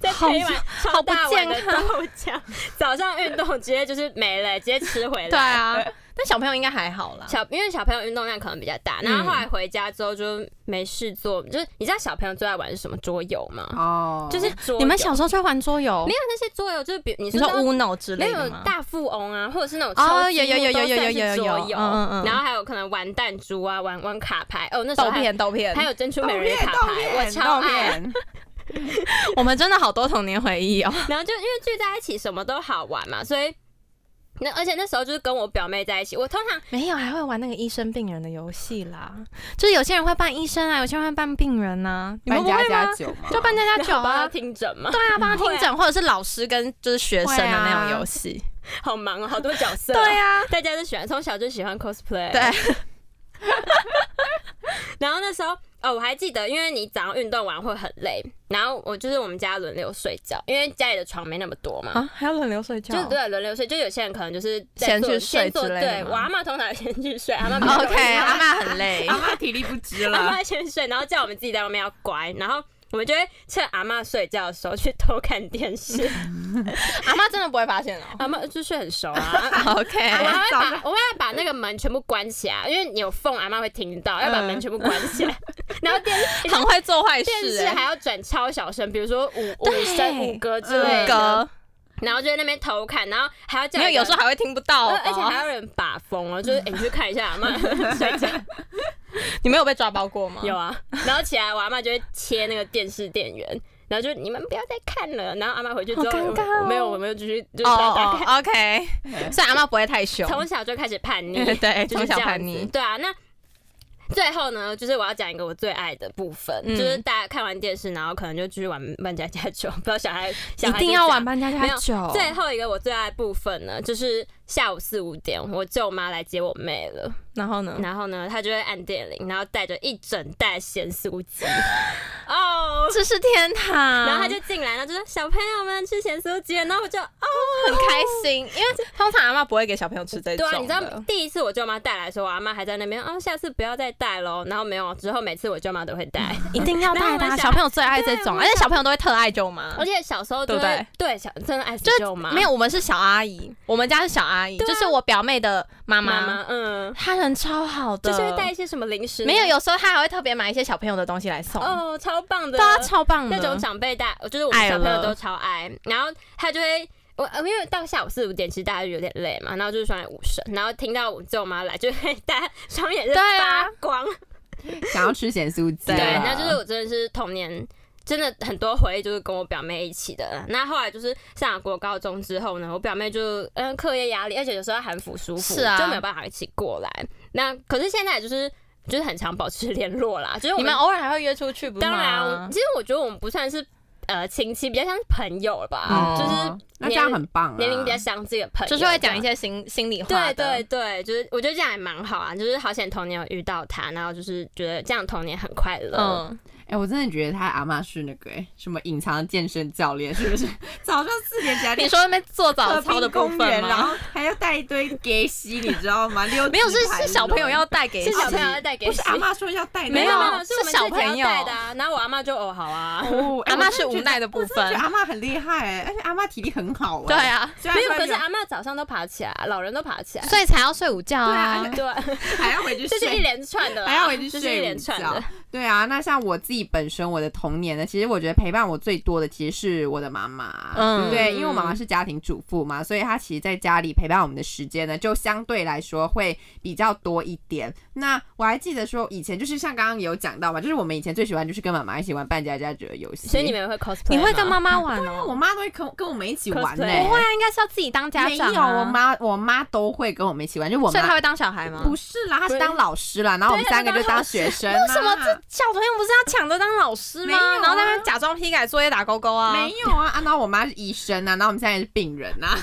[SPEAKER 3] 再
[SPEAKER 1] 好
[SPEAKER 3] 配一碗超
[SPEAKER 1] 好不
[SPEAKER 3] 大碗
[SPEAKER 1] 健
[SPEAKER 3] 的豆
[SPEAKER 1] 康
[SPEAKER 3] 浆，早上运动直接就是没了，直接吃回 来。
[SPEAKER 1] 对啊，但小朋友应该还好啦。
[SPEAKER 3] 小因为小朋友运动量可能比较大，然后后来回家之后就没事做，就是你知道小朋友最爱玩是什么桌游吗？
[SPEAKER 2] 哦，
[SPEAKER 3] 就是桌游
[SPEAKER 1] 你们小时候就玩桌游
[SPEAKER 3] 没有？那些桌游，就是比你
[SPEAKER 1] 你
[SPEAKER 3] 说
[SPEAKER 1] 说
[SPEAKER 3] 那种
[SPEAKER 1] Uno 之
[SPEAKER 3] 没
[SPEAKER 1] 类
[SPEAKER 3] 有
[SPEAKER 1] 的吗？
[SPEAKER 3] 大富翁啊，或者是那种
[SPEAKER 1] 哦
[SPEAKER 3] 超级
[SPEAKER 1] 有有有
[SPEAKER 3] 木都
[SPEAKER 1] 有有
[SPEAKER 3] 算是
[SPEAKER 1] 有有有
[SPEAKER 3] 桌游，
[SPEAKER 1] 嗯嗯嗯
[SPEAKER 3] 然后还有可能玩弹珠啊，玩玩卡牌哦，那时候
[SPEAKER 1] 豆
[SPEAKER 3] 还
[SPEAKER 1] 片豆片
[SPEAKER 3] 还，有珍珠
[SPEAKER 2] 豆
[SPEAKER 3] 美人鱼
[SPEAKER 2] 片
[SPEAKER 3] 卡
[SPEAKER 2] 豆
[SPEAKER 3] 牌，我
[SPEAKER 2] 片
[SPEAKER 3] 超
[SPEAKER 2] 豆
[SPEAKER 3] 爱。啊
[SPEAKER 2] 片，
[SPEAKER 1] 我们真的好多童年回忆哦。
[SPEAKER 3] 然后就因为聚在一起什么都好玩嘛，所以那而且那时候就是跟我表妹在一起，我通常
[SPEAKER 1] 没有，还会玩那个医生病人的游戏啦，就是有些人会扮医生啊，有些人会扮病人呐、你们
[SPEAKER 2] 搬
[SPEAKER 1] 不会
[SPEAKER 2] 家
[SPEAKER 1] 吗
[SPEAKER 2] 家？酒吗？
[SPEAKER 1] 就扮家家酒
[SPEAKER 3] 帮她
[SPEAKER 1] 啊。
[SPEAKER 3] 听诊嘛，
[SPEAKER 1] 对啊，帮他
[SPEAKER 3] 会啊
[SPEAKER 1] 听诊，或者是老师跟就是学生的那
[SPEAKER 2] 会啊
[SPEAKER 1] 种游戏。
[SPEAKER 3] 好忙哦，好多角色。
[SPEAKER 1] 对啊，
[SPEAKER 3] 大家都喜欢，从小就喜欢 cosplay。
[SPEAKER 1] 对。
[SPEAKER 3] 然后那时候，哦，我还记得，因为你早上运动完会很累，然后我就是我们家轮流睡觉，因为家里的床没那么多嘛，
[SPEAKER 1] 啊，还要轮流睡觉
[SPEAKER 3] 就。对轮流睡，就有些人可能就是在
[SPEAKER 1] 先
[SPEAKER 3] 做
[SPEAKER 1] 去睡
[SPEAKER 3] 先做
[SPEAKER 1] 之类的
[SPEAKER 3] 对，
[SPEAKER 1] 吗哦
[SPEAKER 3] 我阿妈通常先去睡，阿 妈
[SPEAKER 1] OK，阿啊妈很累
[SPEAKER 2] 阿。妈体力不支
[SPEAKER 1] 啊
[SPEAKER 3] 阿
[SPEAKER 2] 了，
[SPEAKER 3] 妈先睡，然后叫我们自己在外面要乖，然后。我们就会趁阿妈睡觉的时候去偷看 电视，
[SPEAKER 1] 阿妈真的不会发现哦。
[SPEAKER 3] 阿妈就睡很熟啊，我
[SPEAKER 1] OK，
[SPEAKER 3] 还会把我会把那个门全部关起来，因为你有缝，阿妈会听到，要把
[SPEAKER 1] 嗯
[SPEAKER 3] 门全部关 起来。然后电
[SPEAKER 1] 很会做坏
[SPEAKER 3] 电
[SPEAKER 1] 事
[SPEAKER 3] 视
[SPEAKER 1] 哎、
[SPEAKER 3] 还要转超小声，比如说五五
[SPEAKER 1] 对
[SPEAKER 3] 声、五格之类
[SPEAKER 1] 欸。
[SPEAKER 3] 的，然后就在那边偷看，然后还要叫
[SPEAKER 1] 没有，
[SPEAKER 3] 一个
[SPEAKER 1] 有时候还会听不到、
[SPEAKER 3] 呃
[SPEAKER 1] 哦，
[SPEAKER 3] 而且还有人把风哦，就是、欸你去看一下阿 妈睡觉
[SPEAKER 1] 你们有被抓包过吗？
[SPEAKER 3] 有啊，然后起来我阿妈就会切那个电视电源。然后就你们不要再看了，然后阿妈回去之后，
[SPEAKER 1] 好尴尬哦
[SPEAKER 3] 我没有，我没有继续就是
[SPEAKER 1] 哦
[SPEAKER 3] 打打
[SPEAKER 1] 哦
[SPEAKER 3] 开。
[SPEAKER 1] 哦，OK，所以 阿妈不会太凶，
[SPEAKER 3] 从小就开始叛逆，
[SPEAKER 1] 对，
[SPEAKER 3] 就
[SPEAKER 1] 从
[SPEAKER 3] 是
[SPEAKER 1] 哎小
[SPEAKER 3] 这样
[SPEAKER 1] 叛
[SPEAKER 3] 子
[SPEAKER 1] 逆。
[SPEAKER 3] 对啊，那最后呢，就是我要讲一个我最爱的部分，
[SPEAKER 1] 嗯
[SPEAKER 3] 就是大家看完电视，然后可能就继续玩扮家家酒， 不要小孩小
[SPEAKER 1] 一
[SPEAKER 3] 孩
[SPEAKER 1] 定
[SPEAKER 3] 就
[SPEAKER 1] 要
[SPEAKER 3] 讲
[SPEAKER 1] 玩。扮家家酒，
[SPEAKER 3] 最后一个我最爱的部分呢，就是下午四五点，我舅妈来接我妹了，
[SPEAKER 1] 然后呢？
[SPEAKER 3] 然后呢，她就会按电铃，然后带着一整袋咸酥 鸡，哦。
[SPEAKER 1] 这是天堂，
[SPEAKER 3] 然后她就进来了，就说小朋友们吃咸酥鸡了，然后我就哦，
[SPEAKER 1] 嗯很开心，因为通常阿妈不会给小朋友吃这
[SPEAKER 3] 对
[SPEAKER 1] 种
[SPEAKER 3] 啊，
[SPEAKER 1] 的，
[SPEAKER 3] 你知道第一次我舅妈带来的时候，我阿妈还在那边，哦，下次不要再带喽。然后没有，之后每次我舅妈都会带，
[SPEAKER 1] 一定要带
[SPEAKER 3] 然后我
[SPEAKER 1] 的，
[SPEAKER 3] 们小
[SPEAKER 1] 小朋友最爱这
[SPEAKER 3] 对我
[SPEAKER 1] 种，
[SPEAKER 3] 们
[SPEAKER 1] 而且小朋友都会特爱舅妈
[SPEAKER 3] 而。且小时候就
[SPEAKER 1] 对
[SPEAKER 3] 会
[SPEAKER 1] 不对
[SPEAKER 3] 小真的爱死舅妈，
[SPEAKER 1] 没有，我们是小阿姨，我们家是小阿姨，就是我表妹的妈
[SPEAKER 3] 妈妈，嗯，
[SPEAKER 1] 她人超好的，
[SPEAKER 3] 就是会带一些什么零食，啊
[SPEAKER 1] 没有，有时候她还会特别买一些小朋友的东西来送，
[SPEAKER 3] 哦，超棒的，
[SPEAKER 1] 对啊，超棒的，
[SPEAKER 3] 那种长辈大，就是我们
[SPEAKER 1] 爱
[SPEAKER 3] 小朋友
[SPEAKER 1] 了
[SPEAKER 3] 都超爱，然后他就会。我呃因为到下午四五点，其实大家就有点累嘛，然后就是双眼无神，然后听到我舅妈来，就会大家双眼是
[SPEAKER 1] 对
[SPEAKER 3] 发
[SPEAKER 1] 啊
[SPEAKER 3] 光。
[SPEAKER 2] 想要吃咸酥鸡
[SPEAKER 1] 对
[SPEAKER 2] 啊，
[SPEAKER 3] 对，那就是我真的是童年，真的很多回忆就是跟我表妹一起的啦。那后来就是上了国高中之后呢，我表妹就嗯课业压力，而且有时候寒暑舒服，
[SPEAKER 1] 是啊
[SPEAKER 3] 就没有办法一起过来。那可是现在就是就是很常保持联络啦，就是我
[SPEAKER 1] 你们偶尔还会约出去，不是
[SPEAKER 3] 当然
[SPEAKER 1] 嗯
[SPEAKER 3] 啊
[SPEAKER 1] 吗
[SPEAKER 3] 啊，我其实我觉得我们不算是呃亲戚，比较像是朋友了吧，
[SPEAKER 2] 哦
[SPEAKER 3] 就是
[SPEAKER 2] 那这样很棒、啊，
[SPEAKER 3] 年龄比较相近的朋友，
[SPEAKER 1] 就是会讲一
[SPEAKER 3] 些。
[SPEAKER 1] 些心心里话的。
[SPEAKER 3] 对对对，就是我觉得这样也蛮好啊，就是好险童年有遇到他，然后就是觉得这样童年很快乐。
[SPEAKER 1] 嗯，
[SPEAKER 2] 哎、我真的觉得他阿妈是那个、欸、什么隐藏的健身教练，是不是？早上四点起来，
[SPEAKER 1] 你说那边做早操的部
[SPEAKER 2] 公园，
[SPEAKER 1] 分
[SPEAKER 2] 啊然
[SPEAKER 1] 吗？
[SPEAKER 2] 后还要带一堆给西，你知道吗？溜
[SPEAKER 1] 没有，是
[SPEAKER 2] 直排
[SPEAKER 1] 是小朋友
[SPEAKER 2] 轮
[SPEAKER 1] 要带给
[SPEAKER 3] 是小
[SPEAKER 1] 谁
[SPEAKER 3] 朋友要带给
[SPEAKER 2] 不是
[SPEAKER 1] 啊
[SPEAKER 3] 谁
[SPEAKER 2] 阿妈说要带的，
[SPEAKER 1] 没有
[SPEAKER 3] 没有，是我
[SPEAKER 1] 是
[SPEAKER 3] 们
[SPEAKER 1] 小
[SPEAKER 3] 自己要
[SPEAKER 1] 朋友
[SPEAKER 3] 带的啊。然后我阿妈就哦好啊，
[SPEAKER 2] 哦哎
[SPEAKER 1] 阿妈
[SPEAKER 2] 我真
[SPEAKER 1] 是
[SPEAKER 2] 的觉
[SPEAKER 1] 无
[SPEAKER 2] 得
[SPEAKER 1] 奈的部
[SPEAKER 2] 我真的觉得
[SPEAKER 1] 分。
[SPEAKER 2] 阿妈很厉害、欸，而且阿妈体力很好、欸。
[SPEAKER 1] 对，啊，
[SPEAKER 2] 虽然
[SPEAKER 3] 没有，
[SPEAKER 2] 说
[SPEAKER 3] 可是
[SPEAKER 2] 有
[SPEAKER 3] 阿妈早上都爬起来，老人都爬起来，
[SPEAKER 1] 所以才要睡午觉啊。
[SPEAKER 3] 对，
[SPEAKER 2] 还要回去
[SPEAKER 3] 这
[SPEAKER 2] 睡，
[SPEAKER 3] 是一连串的啦，
[SPEAKER 2] 还要回去
[SPEAKER 3] 这是一
[SPEAKER 2] 睡
[SPEAKER 3] 连
[SPEAKER 2] 午
[SPEAKER 3] 串
[SPEAKER 2] 觉
[SPEAKER 3] 的。。
[SPEAKER 2] 对啊，那像我自己本身我的童年呢，其实我觉得陪伴我最多的其实是我的妈妈。
[SPEAKER 1] 嗯
[SPEAKER 2] 对，因为我妈妈是家庭主妇嘛，所以她其实在家里陪伴我们的时间呢，就相对来说会比较多一点。那我还记得说以前就是像刚刚有讲到嘛，就是我们以前最喜欢就是跟妈妈一起玩扮家家酒的游戏，
[SPEAKER 3] 所以你们会 cosplay，
[SPEAKER 1] 你会
[SPEAKER 3] 吗
[SPEAKER 1] 跟妈妈玩
[SPEAKER 2] 因为我
[SPEAKER 1] 哦？
[SPEAKER 2] 妈都会跟跟我们一起玩呢、
[SPEAKER 3] Cosplay
[SPEAKER 1] 不会啊，应该是要自己当家
[SPEAKER 2] 没
[SPEAKER 1] 长、啊。
[SPEAKER 2] 有，我妈我妈都会跟我们一起玩，就我
[SPEAKER 1] 所以她
[SPEAKER 2] 妈
[SPEAKER 1] 会当小孩吗？
[SPEAKER 2] 不是啦，她是
[SPEAKER 3] 对
[SPEAKER 2] 当老师啦，然后我们
[SPEAKER 3] 对
[SPEAKER 2] 三个
[SPEAKER 3] 她
[SPEAKER 2] 就当
[SPEAKER 3] 当
[SPEAKER 2] 学生、啊。
[SPEAKER 1] 为什么这小朋友不是要抢着当老师
[SPEAKER 2] 没
[SPEAKER 1] 吗？
[SPEAKER 2] 有啊
[SPEAKER 1] 然后在那边假装批改作业、打勾勾啊，
[SPEAKER 2] 没有啊，啊，然后我妈是医生啊，然后我们现在也是病人啊，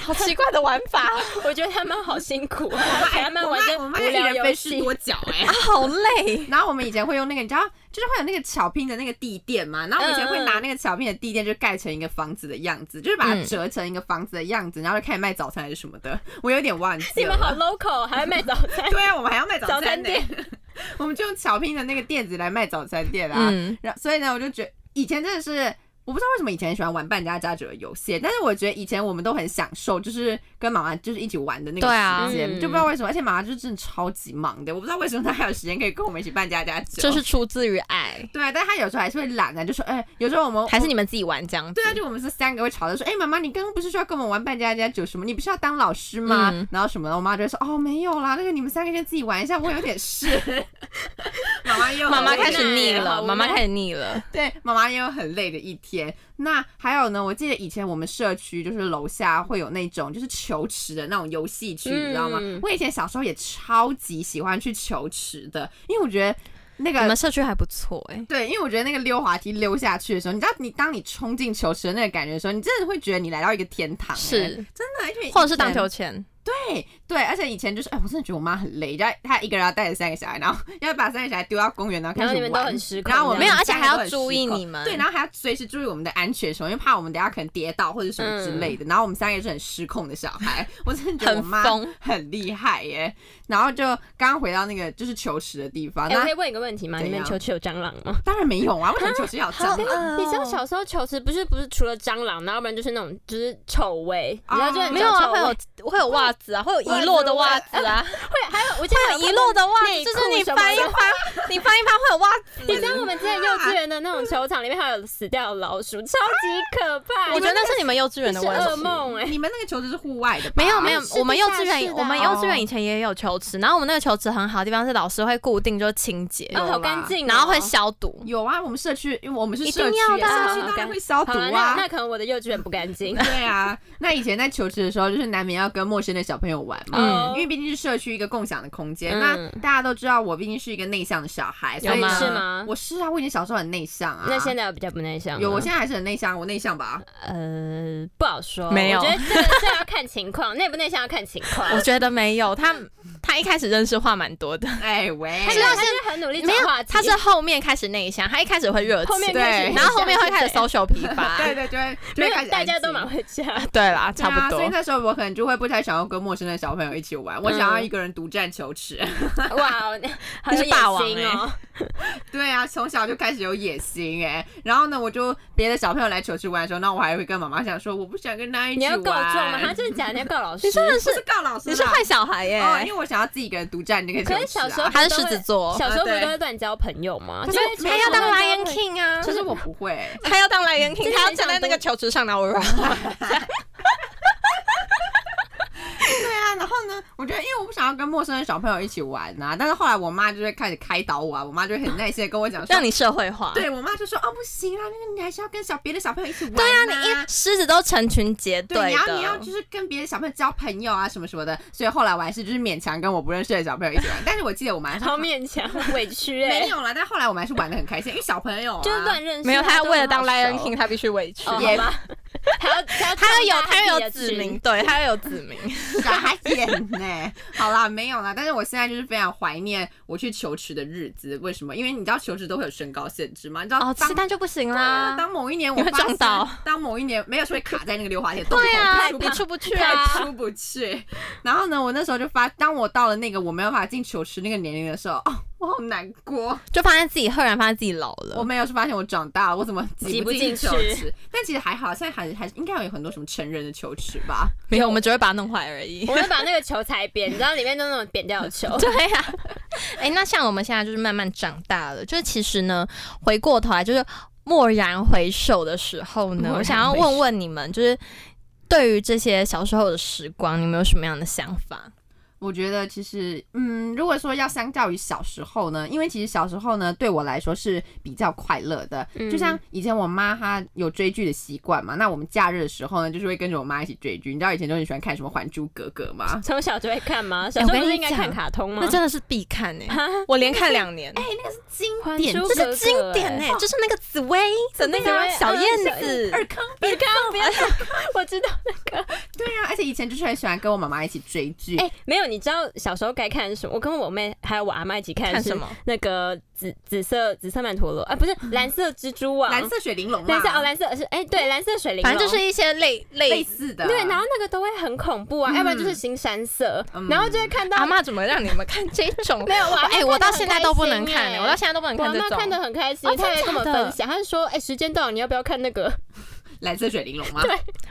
[SPEAKER 1] 好奇怪的玩法，
[SPEAKER 3] 我觉得他们好辛苦啊，陪他们玩这
[SPEAKER 2] 我
[SPEAKER 3] 无
[SPEAKER 2] 妈我妈一
[SPEAKER 3] 聊
[SPEAKER 2] 人
[SPEAKER 3] 游
[SPEAKER 2] 分饰
[SPEAKER 3] 戏。
[SPEAKER 2] 多角 哎、
[SPEAKER 1] 好累。
[SPEAKER 2] 然后我们以前会用那个，你知道，就是会有那个巧拼的那个地垫嘛，然后我们以前会拿那个巧拼的地垫，就盖成一个房子的样子，就是把它折成一个房子的样子，然后就开始卖早餐还是什么的，我有点忘记
[SPEAKER 3] 你们好
[SPEAKER 2] 了。，
[SPEAKER 3] local，还会卖早餐
[SPEAKER 2] 对啊，我们还要卖早
[SPEAKER 3] 早
[SPEAKER 2] 餐
[SPEAKER 3] 餐
[SPEAKER 2] 呢、
[SPEAKER 3] 店
[SPEAKER 2] 我们就用巧拼的那个垫子来卖早餐店啊。
[SPEAKER 1] 嗯，
[SPEAKER 2] 然后所以呢，我就觉得以前真的是。我不知道为什么以前喜欢玩扮家家酒的游戏，但是我觉得以前我们都很享受，就是跟妈妈就是一起玩的那个
[SPEAKER 1] 对啊
[SPEAKER 2] 时间，
[SPEAKER 3] 嗯
[SPEAKER 2] 就不知道为什么，而且妈妈就是真的超级忙的，我不知道为什么她还有时间可以跟我们一起扮家家酒。
[SPEAKER 1] 就是出自于爱，
[SPEAKER 2] 对啊，但她有时候还是会懒啊，就说哎、有时候我们
[SPEAKER 1] 还是你们自己玩这样子
[SPEAKER 2] 对？啊，就我们是三个会吵着说，哎、妈妈，你刚刚不是说要跟我们玩扮家家酒什么？你不是要当老师吗？
[SPEAKER 1] 嗯
[SPEAKER 2] 然后什么的，我妈就会说，哦，没有啦，那个你们三个先自己玩一下，我有点事。 妈妈又
[SPEAKER 1] 妈妈
[SPEAKER 2] 很
[SPEAKER 1] 开始腻
[SPEAKER 3] 好
[SPEAKER 1] 了，
[SPEAKER 3] 无奈
[SPEAKER 1] 妈妈开始腻了。
[SPEAKER 2] 对，妈妈也有很累的一天。那还有呢，我记得以前我们社区就是楼下会有那种就是球池的那种游戏区，你知道吗
[SPEAKER 3] 嗯？
[SPEAKER 2] 我以前小时候也超级喜欢去球池的，因为我觉得那
[SPEAKER 1] 你
[SPEAKER 2] 个
[SPEAKER 1] 们。社区还不错哎、
[SPEAKER 2] 对，因为我觉得那个溜滑梯溜下去的时候，你知道，你当你冲进球池的那个感觉的时候，你真的会觉得你来到一个天堂、哎
[SPEAKER 1] 是，
[SPEAKER 2] 真的，因为以
[SPEAKER 1] 或者是
[SPEAKER 2] 前
[SPEAKER 1] 荡秋千，
[SPEAKER 2] 对对，而且以前就是，哎、我真的觉得我妈很累，她她一个人要带着三个小孩，然后要把三个小孩丢到公园，然后开
[SPEAKER 3] 然
[SPEAKER 2] 始
[SPEAKER 3] 后
[SPEAKER 2] 玩。
[SPEAKER 3] 你们都很失控
[SPEAKER 2] 然后我
[SPEAKER 3] 这
[SPEAKER 1] 没
[SPEAKER 2] 们
[SPEAKER 3] 样
[SPEAKER 1] 有，而且
[SPEAKER 2] 三个
[SPEAKER 1] 还
[SPEAKER 2] 都
[SPEAKER 1] 要
[SPEAKER 2] 很
[SPEAKER 1] 注
[SPEAKER 2] 失
[SPEAKER 1] 意
[SPEAKER 2] 控
[SPEAKER 1] 你们。
[SPEAKER 2] 对，然后还要随时注意我们的安全什么，因为怕我们等下可能跌倒或者什么之类的。然后我们三个就是很失控的小孩，我真的觉得我
[SPEAKER 1] 很
[SPEAKER 2] 妈
[SPEAKER 1] 疯。
[SPEAKER 2] 嗯很厉害耶。然后就刚刚回到那个就是球池的地方，
[SPEAKER 3] 哎、我
[SPEAKER 2] 那
[SPEAKER 3] 可以问一个问题吗？
[SPEAKER 2] 怎
[SPEAKER 3] 你
[SPEAKER 2] 样
[SPEAKER 3] 们球池有蟑螂吗？
[SPEAKER 2] 当然没有啊，为什么球池要有蟑螂？
[SPEAKER 3] 你知道小时候球池不是不是除了蟑螂，然后不然就是那种就是臭味，
[SPEAKER 2] 哦
[SPEAKER 3] 你知道就是
[SPEAKER 1] 没有啊，
[SPEAKER 3] 臭味
[SPEAKER 1] 会有会有袜子啊，会有遗落的袜子啊，
[SPEAKER 3] 会还有我记
[SPEAKER 1] 会有
[SPEAKER 3] 得有
[SPEAKER 1] 遗落的袜子，
[SPEAKER 3] 内裤
[SPEAKER 1] 就是你
[SPEAKER 3] 什么
[SPEAKER 1] 翻一
[SPEAKER 3] 的
[SPEAKER 1] 翻，你翻一翻会有袜子。
[SPEAKER 3] 你知道我们之前幼稚园的那种球场里面还有死掉的老鼠，超级可怕。
[SPEAKER 1] 我觉得那是你们幼稚园的
[SPEAKER 3] 是
[SPEAKER 1] 问
[SPEAKER 3] 噩
[SPEAKER 1] 题。
[SPEAKER 3] 梦哎、
[SPEAKER 2] 你们那个球池是户外的吧？哦
[SPEAKER 1] 没有没有
[SPEAKER 3] 是，地
[SPEAKER 1] 我们幼稚
[SPEAKER 3] 下室
[SPEAKER 1] 园
[SPEAKER 3] 的
[SPEAKER 1] 我们幼稚园以前也有球池，然后我们那个球池很好的地方是老师会固定就清洁，
[SPEAKER 2] 有
[SPEAKER 3] 哦，
[SPEAKER 2] 啦
[SPEAKER 3] 好干净哦、
[SPEAKER 1] 然后会消毒。
[SPEAKER 2] 有啊，我们社区，因为我们是
[SPEAKER 1] 一
[SPEAKER 2] 社区
[SPEAKER 1] 定要
[SPEAKER 2] 耶，
[SPEAKER 1] 的啊
[SPEAKER 2] 社区当然会消毒
[SPEAKER 3] 好了，
[SPEAKER 2] 啊
[SPEAKER 3] 那。那可能我的幼稚园不 干 净。
[SPEAKER 2] 对啊，那以前在求职的时候，就是难免要跟陌生的小朋友玩嘛，
[SPEAKER 1] 嗯
[SPEAKER 2] 因为毕竟是社区一个共享的空间。
[SPEAKER 3] 嗯
[SPEAKER 2] 那大家都知道，我毕竟是一个内向的小孩，所
[SPEAKER 1] 有
[SPEAKER 2] 以
[SPEAKER 1] 吗
[SPEAKER 2] 呢
[SPEAKER 1] 是
[SPEAKER 3] 吗
[SPEAKER 2] 我是啊，我以前小时候很内向啊。
[SPEAKER 3] 那现在有比较不内向吗
[SPEAKER 2] 有，我现在还是很内向，我内向 吧。
[SPEAKER 3] 呃不好说，
[SPEAKER 1] 没有
[SPEAKER 3] 我觉得这个这个要看 情况，内不内向要看情况。
[SPEAKER 1] 我觉得没有，他他一开始认识话蛮多的，
[SPEAKER 2] 哎喂，
[SPEAKER 1] 知道
[SPEAKER 3] 他是很努力
[SPEAKER 1] 没
[SPEAKER 3] 讲
[SPEAKER 1] 有
[SPEAKER 3] 话，题，
[SPEAKER 1] 他是后面开始内向，他一开始会热
[SPEAKER 3] 后面
[SPEAKER 1] 情，
[SPEAKER 3] 开
[SPEAKER 2] 对
[SPEAKER 3] 始，
[SPEAKER 1] 然后后面会开始
[SPEAKER 3] 收，
[SPEAKER 1] social 疲乏。
[SPEAKER 2] 对对对，就
[SPEAKER 3] 没
[SPEAKER 2] 会
[SPEAKER 3] 有
[SPEAKER 2] 开始
[SPEAKER 3] 大家
[SPEAKER 2] 安静
[SPEAKER 3] 都蛮会 这样。
[SPEAKER 1] 对啦，
[SPEAKER 2] 对
[SPEAKER 1] 差
[SPEAKER 2] 啊，
[SPEAKER 1] 不
[SPEAKER 2] 所以
[SPEAKER 1] 多。
[SPEAKER 2] 那时候我可能就会不太想要跟陌生的小朋友一起玩，我
[SPEAKER 3] 嗯
[SPEAKER 2] 想要一个人独占球池。
[SPEAKER 3] 哇，好
[SPEAKER 1] 你是
[SPEAKER 3] 有
[SPEAKER 1] 霸
[SPEAKER 3] 野
[SPEAKER 1] 王
[SPEAKER 3] 心
[SPEAKER 1] 欸
[SPEAKER 3] 哦！
[SPEAKER 2] 对啊，从小就开始有野心哎、然后呢，我就别的小朋友来球池玩的时候，那我还会跟妈妈讲说，我不想跟他一
[SPEAKER 3] 你
[SPEAKER 2] 起
[SPEAKER 3] 要
[SPEAKER 2] 玩。
[SPEAKER 3] 告状吗？他真的假的？你要告老师？
[SPEAKER 1] 你真的是
[SPEAKER 2] 不是告老师啦，
[SPEAKER 1] 你是坏小孩耶、
[SPEAKER 2] 哦，因为我想要自己一个人独占那个球池、啊。
[SPEAKER 3] 可是小时候
[SPEAKER 1] 他是狮子座，
[SPEAKER 3] 小时候不
[SPEAKER 2] 啊对
[SPEAKER 3] 是都会乱交朋友吗？
[SPEAKER 2] 可是
[SPEAKER 3] 就是
[SPEAKER 1] 他要当
[SPEAKER 3] 球场
[SPEAKER 1] Lion
[SPEAKER 3] 上会
[SPEAKER 1] King 啊，
[SPEAKER 2] 其实我不会、
[SPEAKER 1] 他要当 Lion
[SPEAKER 3] 这
[SPEAKER 1] King，
[SPEAKER 3] 个
[SPEAKER 1] 他要
[SPEAKER 3] 很
[SPEAKER 1] 站
[SPEAKER 3] 像
[SPEAKER 1] 在那
[SPEAKER 3] 多
[SPEAKER 1] 个球池上，然后
[SPEAKER 2] 对啊，然后呢，我觉得因为我不想要跟陌生的小朋友一起玩呐、但是后来我妈就会开始开导我啊，我妈就会很耐心的跟我讲说
[SPEAKER 1] 让，你社会化。
[SPEAKER 2] 对我妈就说哦不行啊，那个你还是要跟小别的小朋友一起玩、
[SPEAKER 1] 对
[SPEAKER 2] 啊，
[SPEAKER 1] 啊，你一狮子都成群结
[SPEAKER 2] 对，你
[SPEAKER 1] 队
[SPEAKER 2] 要你要
[SPEAKER 1] 的
[SPEAKER 2] 就，是跟别的小朋友交朋友啊，什么什么的。所以后来我还是就是勉强跟我不认识的小朋友一起玩，但是我记得我们 还是
[SPEAKER 3] 好勉强，委屈哎、
[SPEAKER 2] 没有啦，但后来我们还是玩的很开心，因为小朋友、啊、
[SPEAKER 3] 就是乱认识啊。
[SPEAKER 1] 没有他
[SPEAKER 3] 都
[SPEAKER 1] 为了
[SPEAKER 3] 很好
[SPEAKER 1] 当 Lion
[SPEAKER 3] 熟
[SPEAKER 1] King，他必须委屈。
[SPEAKER 3] 哦，
[SPEAKER 2] 也
[SPEAKER 3] 好吧， 还要还要
[SPEAKER 1] 他要有，他要有
[SPEAKER 3] 壮大自己的
[SPEAKER 1] 子
[SPEAKER 3] 群
[SPEAKER 1] 民，对，他要有子民。
[SPEAKER 2] 傻眼呢、好啦，没有啦，但是我现在就是非常怀念我去求职的日子。为什么？因为你知道求职都会有身高限制嘛，你知道
[SPEAKER 1] 哦，
[SPEAKER 2] 当
[SPEAKER 1] 吃蛋就不行
[SPEAKER 2] 啊
[SPEAKER 1] 啦。
[SPEAKER 2] 当某一年我
[SPEAKER 1] 你会
[SPEAKER 2] 发现
[SPEAKER 1] 撞到，
[SPEAKER 2] 当某一年没有是会卡在那个溜滑梯的洞口，
[SPEAKER 1] 对啊，
[SPEAKER 2] 出不
[SPEAKER 1] 你出不去
[SPEAKER 2] 太
[SPEAKER 1] 啊。
[SPEAKER 2] 出不去。然后呢，我那时候就发，当我到了那个我没有办法进球池那个年龄的时候， 哦，我好难过。
[SPEAKER 1] 就发现自己赫然发现自己老
[SPEAKER 2] 我
[SPEAKER 1] 了，
[SPEAKER 2] 没有是发现我长大了，我怎么
[SPEAKER 3] 挤
[SPEAKER 2] 不
[SPEAKER 3] 不
[SPEAKER 2] 进
[SPEAKER 3] 进去
[SPEAKER 2] 球池？但其实还好，现在还还应该有很多什么成人的球池吧？
[SPEAKER 1] 没有，我们只会把它弄坏而 已。
[SPEAKER 3] 我会把那个球踩扁，你知道里面都是那种扁掉 的球。
[SPEAKER 1] 对呀、哎、那像我们现在就是慢慢长大了，就是其实呢，回过头来就是蓦然回首的时候
[SPEAKER 2] 蓦
[SPEAKER 1] 呢，
[SPEAKER 2] 然
[SPEAKER 1] 我想要问问你们，就是对于这些小时候的时光，你们有什么样的想法？
[SPEAKER 2] 我觉得其实，嗯，如果说要相较于小时候呢，因为其实小时候呢，对我来说是比较快乐的。
[SPEAKER 3] 嗯
[SPEAKER 2] 就像以前我妈她有追剧的习惯嘛，那我们假日的时候呢，就是会跟着我妈一起追剧。你知道以前都很喜欢看什么《还珠格格》吗？
[SPEAKER 3] 从小就会看吗？小
[SPEAKER 1] 哎
[SPEAKER 3] 时
[SPEAKER 1] 我
[SPEAKER 3] 候
[SPEAKER 1] 跟
[SPEAKER 3] 不是
[SPEAKER 1] 你
[SPEAKER 3] 应该
[SPEAKER 1] 讲
[SPEAKER 3] 看卡通吗
[SPEAKER 1] 那？真的是必看哎、我连看两 年，哎、
[SPEAKER 2] 经
[SPEAKER 3] 还
[SPEAKER 2] 典
[SPEAKER 3] 珠
[SPEAKER 1] 这
[SPEAKER 3] 格格
[SPEAKER 1] 是经典
[SPEAKER 2] 欸
[SPEAKER 1] 哎、
[SPEAKER 3] 哎
[SPEAKER 1] 就是那个紫薇的那
[SPEAKER 3] 紫
[SPEAKER 1] 个
[SPEAKER 3] 薇
[SPEAKER 1] 小燕
[SPEAKER 3] 嗯小燕
[SPEAKER 1] 子，
[SPEAKER 2] 二 坑
[SPEAKER 3] 你刚刚不要讲， 我 知道那个。
[SPEAKER 2] 对啊，而且以前就是很喜欢跟我妈妈一起追剧。
[SPEAKER 3] 哎，没有，你知道小时候该看的是什么？我跟我妹还有我阿妈一起看
[SPEAKER 1] 看
[SPEAKER 3] 是
[SPEAKER 1] 什么？嗯
[SPEAKER 3] 那个紫紫色紫色曼陀罗啊，不是蓝色蜘蛛网，
[SPEAKER 2] 蓝色雪玲珑嘛，
[SPEAKER 3] 蓝色哦，蓝色是哎对，蓝色水灵，
[SPEAKER 1] 反正就是一些类
[SPEAKER 2] 类
[SPEAKER 1] 类。
[SPEAKER 2] 似的。
[SPEAKER 3] 对，然后那个都会很恐怖啊，
[SPEAKER 2] 嗯
[SPEAKER 3] 要不然就是新山色
[SPEAKER 2] 嗯，
[SPEAKER 3] 然后就会看到
[SPEAKER 1] 阿妈怎么让你们看这 种？
[SPEAKER 3] 没有我阿嬷
[SPEAKER 1] 哎、
[SPEAKER 3] 看
[SPEAKER 1] 我
[SPEAKER 3] 得
[SPEAKER 1] 到
[SPEAKER 3] 很
[SPEAKER 1] 现在
[SPEAKER 3] 开
[SPEAKER 1] 都不
[SPEAKER 3] 心
[SPEAKER 1] 能看、
[SPEAKER 2] 欸
[SPEAKER 1] 欸
[SPEAKER 3] 哎
[SPEAKER 1] 我到现在都不能
[SPEAKER 3] 我
[SPEAKER 1] 看
[SPEAKER 3] 妈
[SPEAKER 1] 这种。
[SPEAKER 3] 看得很开心
[SPEAKER 1] 哦，真的
[SPEAKER 3] 她也跟我
[SPEAKER 1] 假的
[SPEAKER 3] 分享，她就说：“哎，时间到了，你要不要看那个
[SPEAKER 2] 蓝色雪玲珑嘛，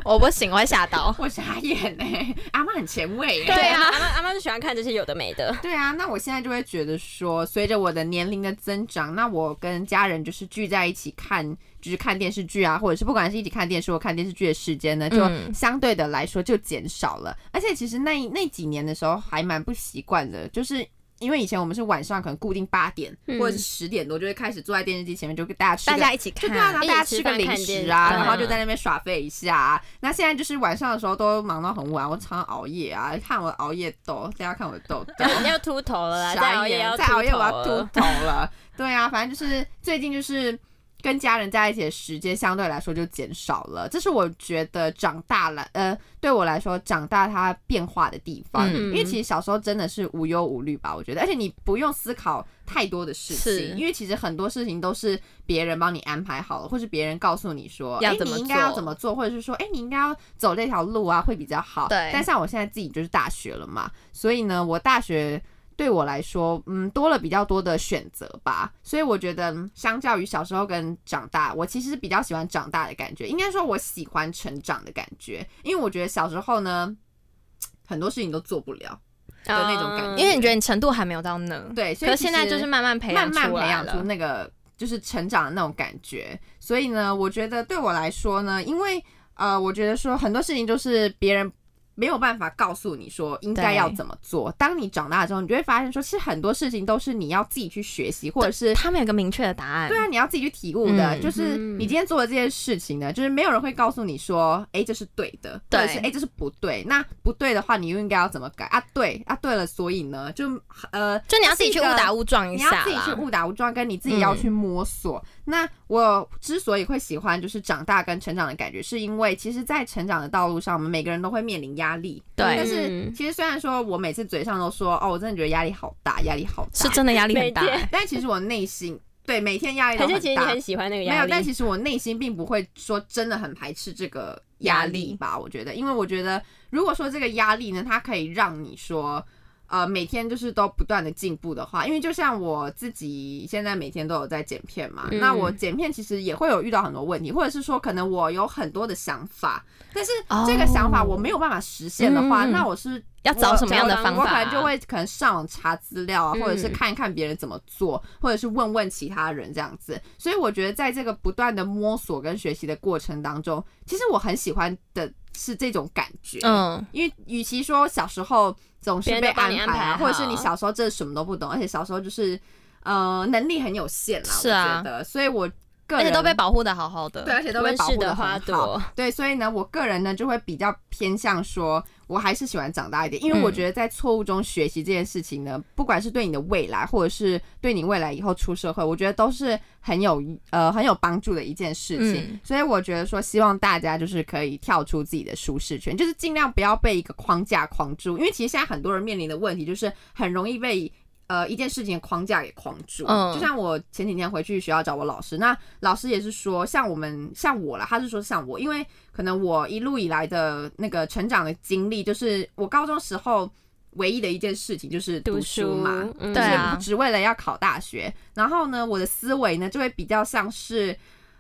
[SPEAKER 1] 我不行，我会吓到。
[SPEAKER 2] 我傻眼哎、阿妈很前卫欸耶、？”
[SPEAKER 1] 对啊
[SPEAKER 3] 阿妈阿妈就喜欢看这些有的没的。
[SPEAKER 2] 对啊，那我现在就会觉得说，随着我的年龄的增长，那我跟家人就是聚在一起看，就是看电视剧啊，或者是不管是一起看电视或看电视剧的时间呢，就
[SPEAKER 1] 嗯
[SPEAKER 2] 相对的来说就减少了。而且其实那那几年的时候还蛮不习惯的，就是。因为以前我们是晚上可能固定八点、
[SPEAKER 3] 嗯
[SPEAKER 2] 或者是十点多就会开始坐在电视机前面，就跟大家吃
[SPEAKER 1] 大
[SPEAKER 2] 个
[SPEAKER 1] 家一起
[SPEAKER 2] 就
[SPEAKER 1] 看，
[SPEAKER 2] 对啊，然后
[SPEAKER 3] 一
[SPEAKER 2] 大家
[SPEAKER 3] 起
[SPEAKER 2] 吃
[SPEAKER 3] 吃
[SPEAKER 2] 个
[SPEAKER 3] 饭
[SPEAKER 2] 零
[SPEAKER 3] 看电
[SPEAKER 2] 食
[SPEAKER 3] 视
[SPEAKER 2] 啊，
[SPEAKER 1] 对
[SPEAKER 2] 然后就在那边耍废一下、啊。那现在就是晚上的时候都忙到很晚，我常常熬夜啊，看我的熬夜痘，大家看我的痘痘。
[SPEAKER 3] 要秃头了啦，再
[SPEAKER 2] 傻
[SPEAKER 3] 熬夜
[SPEAKER 2] 眼
[SPEAKER 3] 要
[SPEAKER 2] 再熬夜
[SPEAKER 3] 头
[SPEAKER 2] 我要秃
[SPEAKER 3] 了。
[SPEAKER 2] 头了。对啊，反正就是最近就是跟家人在一起的时间相对来说就减少了，这是我觉得长大了，呃，对我来说长大它变化的地方。
[SPEAKER 1] 嗯
[SPEAKER 2] 因为其实小时候真的是无忧无虑吧，我觉得，而且你不用思考太多的事
[SPEAKER 1] 是
[SPEAKER 2] 情，因为其实很多事情都是别人帮你安排好了，或是别人告诉你说，
[SPEAKER 1] 要
[SPEAKER 2] 哎，
[SPEAKER 1] 怎么
[SPEAKER 2] 你应该要
[SPEAKER 1] 做
[SPEAKER 2] 怎么做，或者是说，哎，你应该要走这条路啊，会比较好。
[SPEAKER 1] 对
[SPEAKER 2] 但像我现在自己就是大学了嘛，所以呢，我大学。对我来说，嗯，多了比较多的选择吧，所以我觉得，嗯相较于小时候跟长大，我其实比较喜欢长大的感觉，应该说我喜欢成长的感觉，因为我觉得小时候呢，很多事情都做不了，的那种感觉
[SPEAKER 1] 因为你觉得你程度还没有到那，
[SPEAKER 2] 嗯对，所以
[SPEAKER 1] 可是现在
[SPEAKER 2] 其
[SPEAKER 1] 就
[SPEAKER 2] 实
[SPEAKER 1] 是慢慢培
[SPEAKER 2] 慢
[SPEAKER 1] 养
[SPEAKER 2] 慢
[SPEAKER 1] 出
[SPEAKER 2] 培
[SPEAKER 1] 来
[SPEAKER 2] 养
[SPEAKER 1] 了。
[SPEAKER 2] 出那个就是成长的那种感觉。所以呢，我觉得对我来说呢，因为呃，我觉得说很多事情就是别人。没有办法告诉你说应该
[SPEAKER 1] 对
[SPEAKER 2] 要怎么做。当你长大之后，你就会发现说，其实很多事情都是你要自己去学习，或者是
[SPEAKER 1] 他们有个明确的答案，
[SPEAKER 2] 对啊，你要自己去体悟的。
[SPEAKER 1] 嗯
[SPEAKER 2] 就是你今天做的这件事情呢，就是没有人会告诉你说，哎，这是对的，或
[SPEAKER 1] 对
[SPEAKER 2] 者是哎，这是不对。那不对的话，你又应该要怎么改啊？对啊，对了，所以呢，就呃，
[SPEAKER 1] 就你要自己去误打误撞一
[SPEAKER 2] 你要
[SPEAKER 1] 下
[SPEAKER 2] 自己去
[SPEAKER 1] 啦。
[SPEAKER 2] 误打误撞，跟你自己要去摸索。那我之所以会喜欢就是长大跟成长的感觉，是因为其实，在成长的道路上，我们每个人都会面临压力。
[SPEAKER 1] 对
[SPEAKER 2] 但是
[SPEAKER 3] 嗯
[SPEAKER 2] 其实虽然说我每次嘴上都说哦，我真的觉得压力好大，压力好大，
[SPEAKER 1] 是真的压力很大、
[SPEAKER 3] 每天
[SPEAKER 2] 但其实我内心对每天压力都
[SPEAKER 3] 还
[SPEAKER 2] 很
[SPEAKER 3] 是其实你
[SPEAKER 2] 大
[SPEAKER 3] 很。喜欢那个
[SPEAKER 2] 没
[SPEAKER 3] 压
[SPEAKER 2] 有，
[SPEAKER 3] 力？
[SPEAKER 2] 但其实我内心并不会说真的很排斥这个压力吧。我觉得，因为我觉得，如果说这个压力呢，它可以让你说，呃，每天就是都不断的进步的话，因为就像我自己现在每天都有在剪片嘛，
[SPEAKER 3] 嗯
[SPEAKER 2] 那我剪片其实也会有遇到很多问题，或者是说可能我有很多的想法，但是这个想法我没有办法实现的话，
[SPEAKER 1] 嗯嗯嗯
[SPEAKER 2] 那我是
[SPEAKER 1] 要找什么样的
[SPEAKER 2] 我
[SPEAKER 1] 方
[SPEAKER 2] 我
[SPEAKER 1] 法、
[SPEAKER 2] 可能
[SPEAKER 1] 啊？
[SPEAKER 2] 就会可能上网查资料啊，
[SPEAKER 3] 嗯
[SPEAKER 2] 或者是看一看别人怎么做，或者是问问其他人这样子。所以我觉得在这个不断的摸索跟学习的过程当中，其实我很喜欢的是这种感觉。
[SPEAKER 1] 嗯，
[SPEAKER 2] 因为与其说小时候总是
[SPEAKER 3] 别人
[SPEAKER 2] 被
[SPEAKER 3] 都帮你
[SPEAKER 2] 排,、啊、
[SPEAKER 3] 安排好
[SPEAKER 2] 或者是你小时候真的什么都不懂，而且小时候就是呃能力很有限啦，
[SPEAKER 1] 是啊
[SPEAKER 2] 我觉得，所以我个
[SPEAKER 1] 而
[SPEAKER 2] 人
[SPEAKER 1] 且都被保护的好好的。
[SPEAKER 2] 对，而且都被
[SPEAKER 3] 温
[SPEAKER 2] 保
[SPEAKER 3] 室
[SPEAKER 2] 护
[SPEAKER 3] 的
[SPEAKER 2] 的
[SPEAKER 3] 花
[SPEAKER 2] 很好。
[SPEAKER 3] 朵，
[SPEAKER 2] 对，所以呢，我个人呢就会比较偏向说，我还是喜欢长大一点，因为我
[SPEAKER 1] 嗯
[SPEAKER 2] 觉得在错误中学习这件事情呢，不管是对你的未来，或者是对你未来以后出社会，我觉得都是很有呃很有帮助的一件事情。
[SPEAKER 1] 嗯
[SPEAKER 2] 所以我觉得说，希望大家就是可以跳出自己的舒适圈，就是尽量不要被一个框架框住，因为其实现在很多人面临的问题就是很容易被。呃，一件事情的框架给框住，
[SPEAKER 1] 嗯
[SPEAKER 2] 就像我前几天回去学校找我老师，那老师也是说，像我们像我啦，他是说像我，因为可能我一路以来的那个成长的经历，就是我高中时候唯一的一件事情就是
[SPEAKER 3] 读
[SPEAKER 2] 书嘛，
[SPEAKER 3] 书嗯
[SPEAKER 1] 对啊
[SPEAKER 2] 只为了要考大学。然后呢，我的思维呢就会比较像是。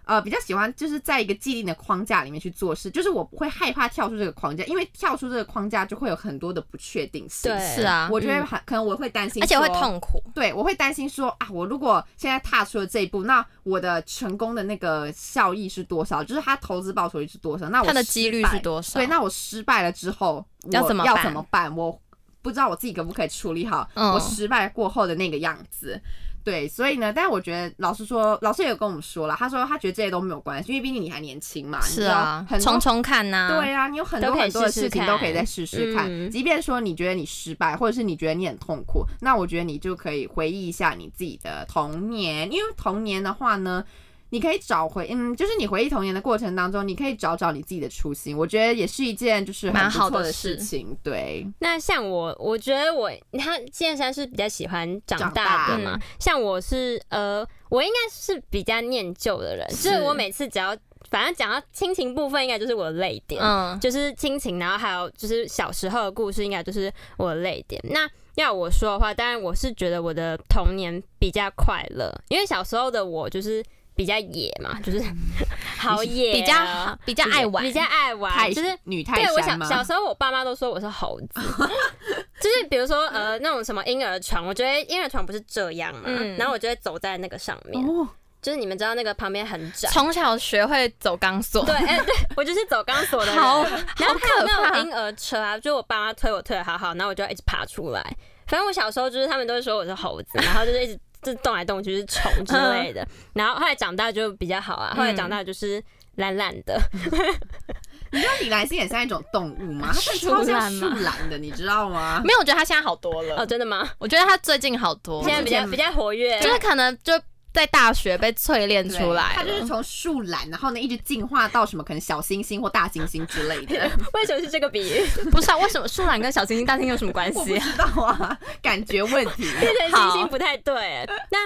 [SPEAKER 2] 呃，比较喜欢就是在一个既定的框架里面去做事，就是我不会害怕跳出这个框架，因为跳出这个框架就会有很多的不确定性。
[SPEAKER 3] 对
[SPEAKER 1] 是啊，
[SPEAKER 2] 我觉得
[SPEAKER 3] 嗯
[SPEAKER 2] 很、可能我会担心，
[SPEAKER 1] 而且会痛苦。
[SPEAKER 2] 对，我会担心说啊，我如果现在踏出了这一步，那我的成功的那个效益是多少？就是它投资报酬率是多少？那我
[SPEAKER 1] 它的
[SPEAKER 2] 失
[SPEAKER 1] 几率
[SPEAKER 2] 败
[SPEAKER 1] 是多少？
[SPEAKER 2] 对，那我失败了之后，我
[SPEAKER 1] 要怎么
[SPEAKER 2] 要
[SPEAKER 1] 办
[SPEAKER 2] 怎么办？我不知道我自己可不可以处理好、
[SPEAKER 1] 嗯
[SPEAKER 2] 我失败过后的那个样子。对，所以呢，但我觉得老师说，老师也有跟我们说了，他说他觉得这些都没有关系，因为毕竟你还年轻嘛，你
[SPEAKER 1] 是
[SPEAKER 2] 知道
[SPEAKER 1] 啊，
[SPEAKER 2] 很多
[SPEAKER 1] 冲冲看呐、
[SPEAKER 2] 对啊，你有很
[SPEAKER 3] 都
[SPEAKER 2] 多
[SPEAKER 3] 可以
[SPEAKER 2] 很多的
[SPEAKER 3] 试试
[SPEAKER 2] 事情
[SPEAKER 3] 看
[SPEAKER 2] 都可以再试试看，
[SPEAKER 3] 嗯
[SPEAKER 2] 即便说你觉得你失败，或者是你觉得你很痛苦，那我觉得你就可以回忆一下你自己的童年，因为童年的话呢。你可以找回，嗯，就是你回忆童年的过程当中，你可以找找你自己的初心，我觉得也是一件就是很
[SPEAKER 1] 蛮
[SPEAKER 2] 不
[SPEAKER 1] 好
[SPEAKER 2] 错
[SPEAKER 1] 的
[SPEAKER 2] 的
[SPEAKER 1] 事
[SPEAKER 2] 事情。对，
[SPEAKER 3] 那像我，我觉得我他现在是比较喜欢长
[SPEAKER 2] 长
[SPEAKER 3] 大的
[SPEAKER 1] 大
[SPEAKER 3] 嘛。
[SPEAKER 1] 嗯
[SPEAKER 3] 像我是呃，我应该是比较念旧的人，
[SPEAKER 2] 是
[SPEAKER 3] 就是我每次只要反正讲到亲情部分，应该就是我的泪点，
[SPEAKER 1] 嗯，
[SPEAKER 3] 就是亲情，然后还有就是小时候的故事，应该就是我的泪点。那要我说的话，当然我是觉得我的童年比较快乐，因为小时候的我就是比较野嘛，就是好野啊、
[SPEAKER 1] 比较比较爱玩，
[SPEAKER 3] 比较爱玩，
[SPEAKER 2] 泰
[SPEAKER 3] 就是
[SPEAKER 2] 女泰
[SPEAKER 3] 对我小
[SPEAKER 2] 山嘛，
[SPEAKER 3] 小时候，我爸妈都说我是猴子，就是比如说呃那种什么婴儿床，我觉得婴儿床不是这样嘛，
[SPEAKER 1] 嗯
[SPEAKER 3] 然后我就会走在那个上面，
[SPEAKER 2] 哦，
[SPEAKER 3] 就是你们知道那个旁边很窄，
[SPEAKER 1] 从小学会走钢索，
[SPEAKER 3] 对，哎、对我就是走钢索的人，
[SPEAKER 1] 好
[SPEAKER 3] 然
[SPEAKER 1] 好
[SPEAKER 3] 后还有
[SPEAKER 1] 可
[SPEAKER 3] 那种
[SPEAKER 1] 怕。
[SPEAKER 3] 婴儿车啊，就我爸妈推我推的好好，然后我就要一直爬出来。反正我小时候就是他们都会说我是猴子，然后就是一直就是动来动去是虫之
[SPEAKER 1] 嗯
[SPEAKER 3] 类的。然后后来长大就比较好啊，后来长大就是懒懒的，
[SPEAKER 1] 嗯
[SPEAKER 2] 你知道李兰心也算一种动物吗？它是
[SPEAKER 1] 树
[SPEAKER 2] 超像
[SPEAKER 1] 懒
[SPEAKER 2] 树
[SPEAKER 1] 嘛
[SPEAKER 2] 懒的，你知道吗？
[SPEAKER 1] 没有，我觉得他现在好多了。
[SPEAKER 2] 呃
[SPEAKER 3] 哦，真的吗？
[SPEAKER 1] 我觉得他最近好多了，
[SPEAKER 3] 现在比较比较活跃，
[SPEAKER 1] 就是可能就在大学被淬炼
[SPEAKER 2] 对
[SPEAKER 1] 出来
[SPEAKER 2] 它就是
[SPEAKER 1] 了。
[SPEAKER 2] 从树懒，然后呢一直进化到什么可能小星星或大猩猩之类 的，
[SPEAKER 3] 为什么是这个比喻？
[SPEAKER 1] 不是啊，为什么树懒跟小星星、大星星有什么关
[SPEAKER 2] 我不
[SPEAKER 1] 系啊？
[SPEAKER 2] 知道 啊，感觉问题。
[SPEAKER 3] 变成星星
[SPEAKER 1] 好
[SPEAKER 3] 不太对。那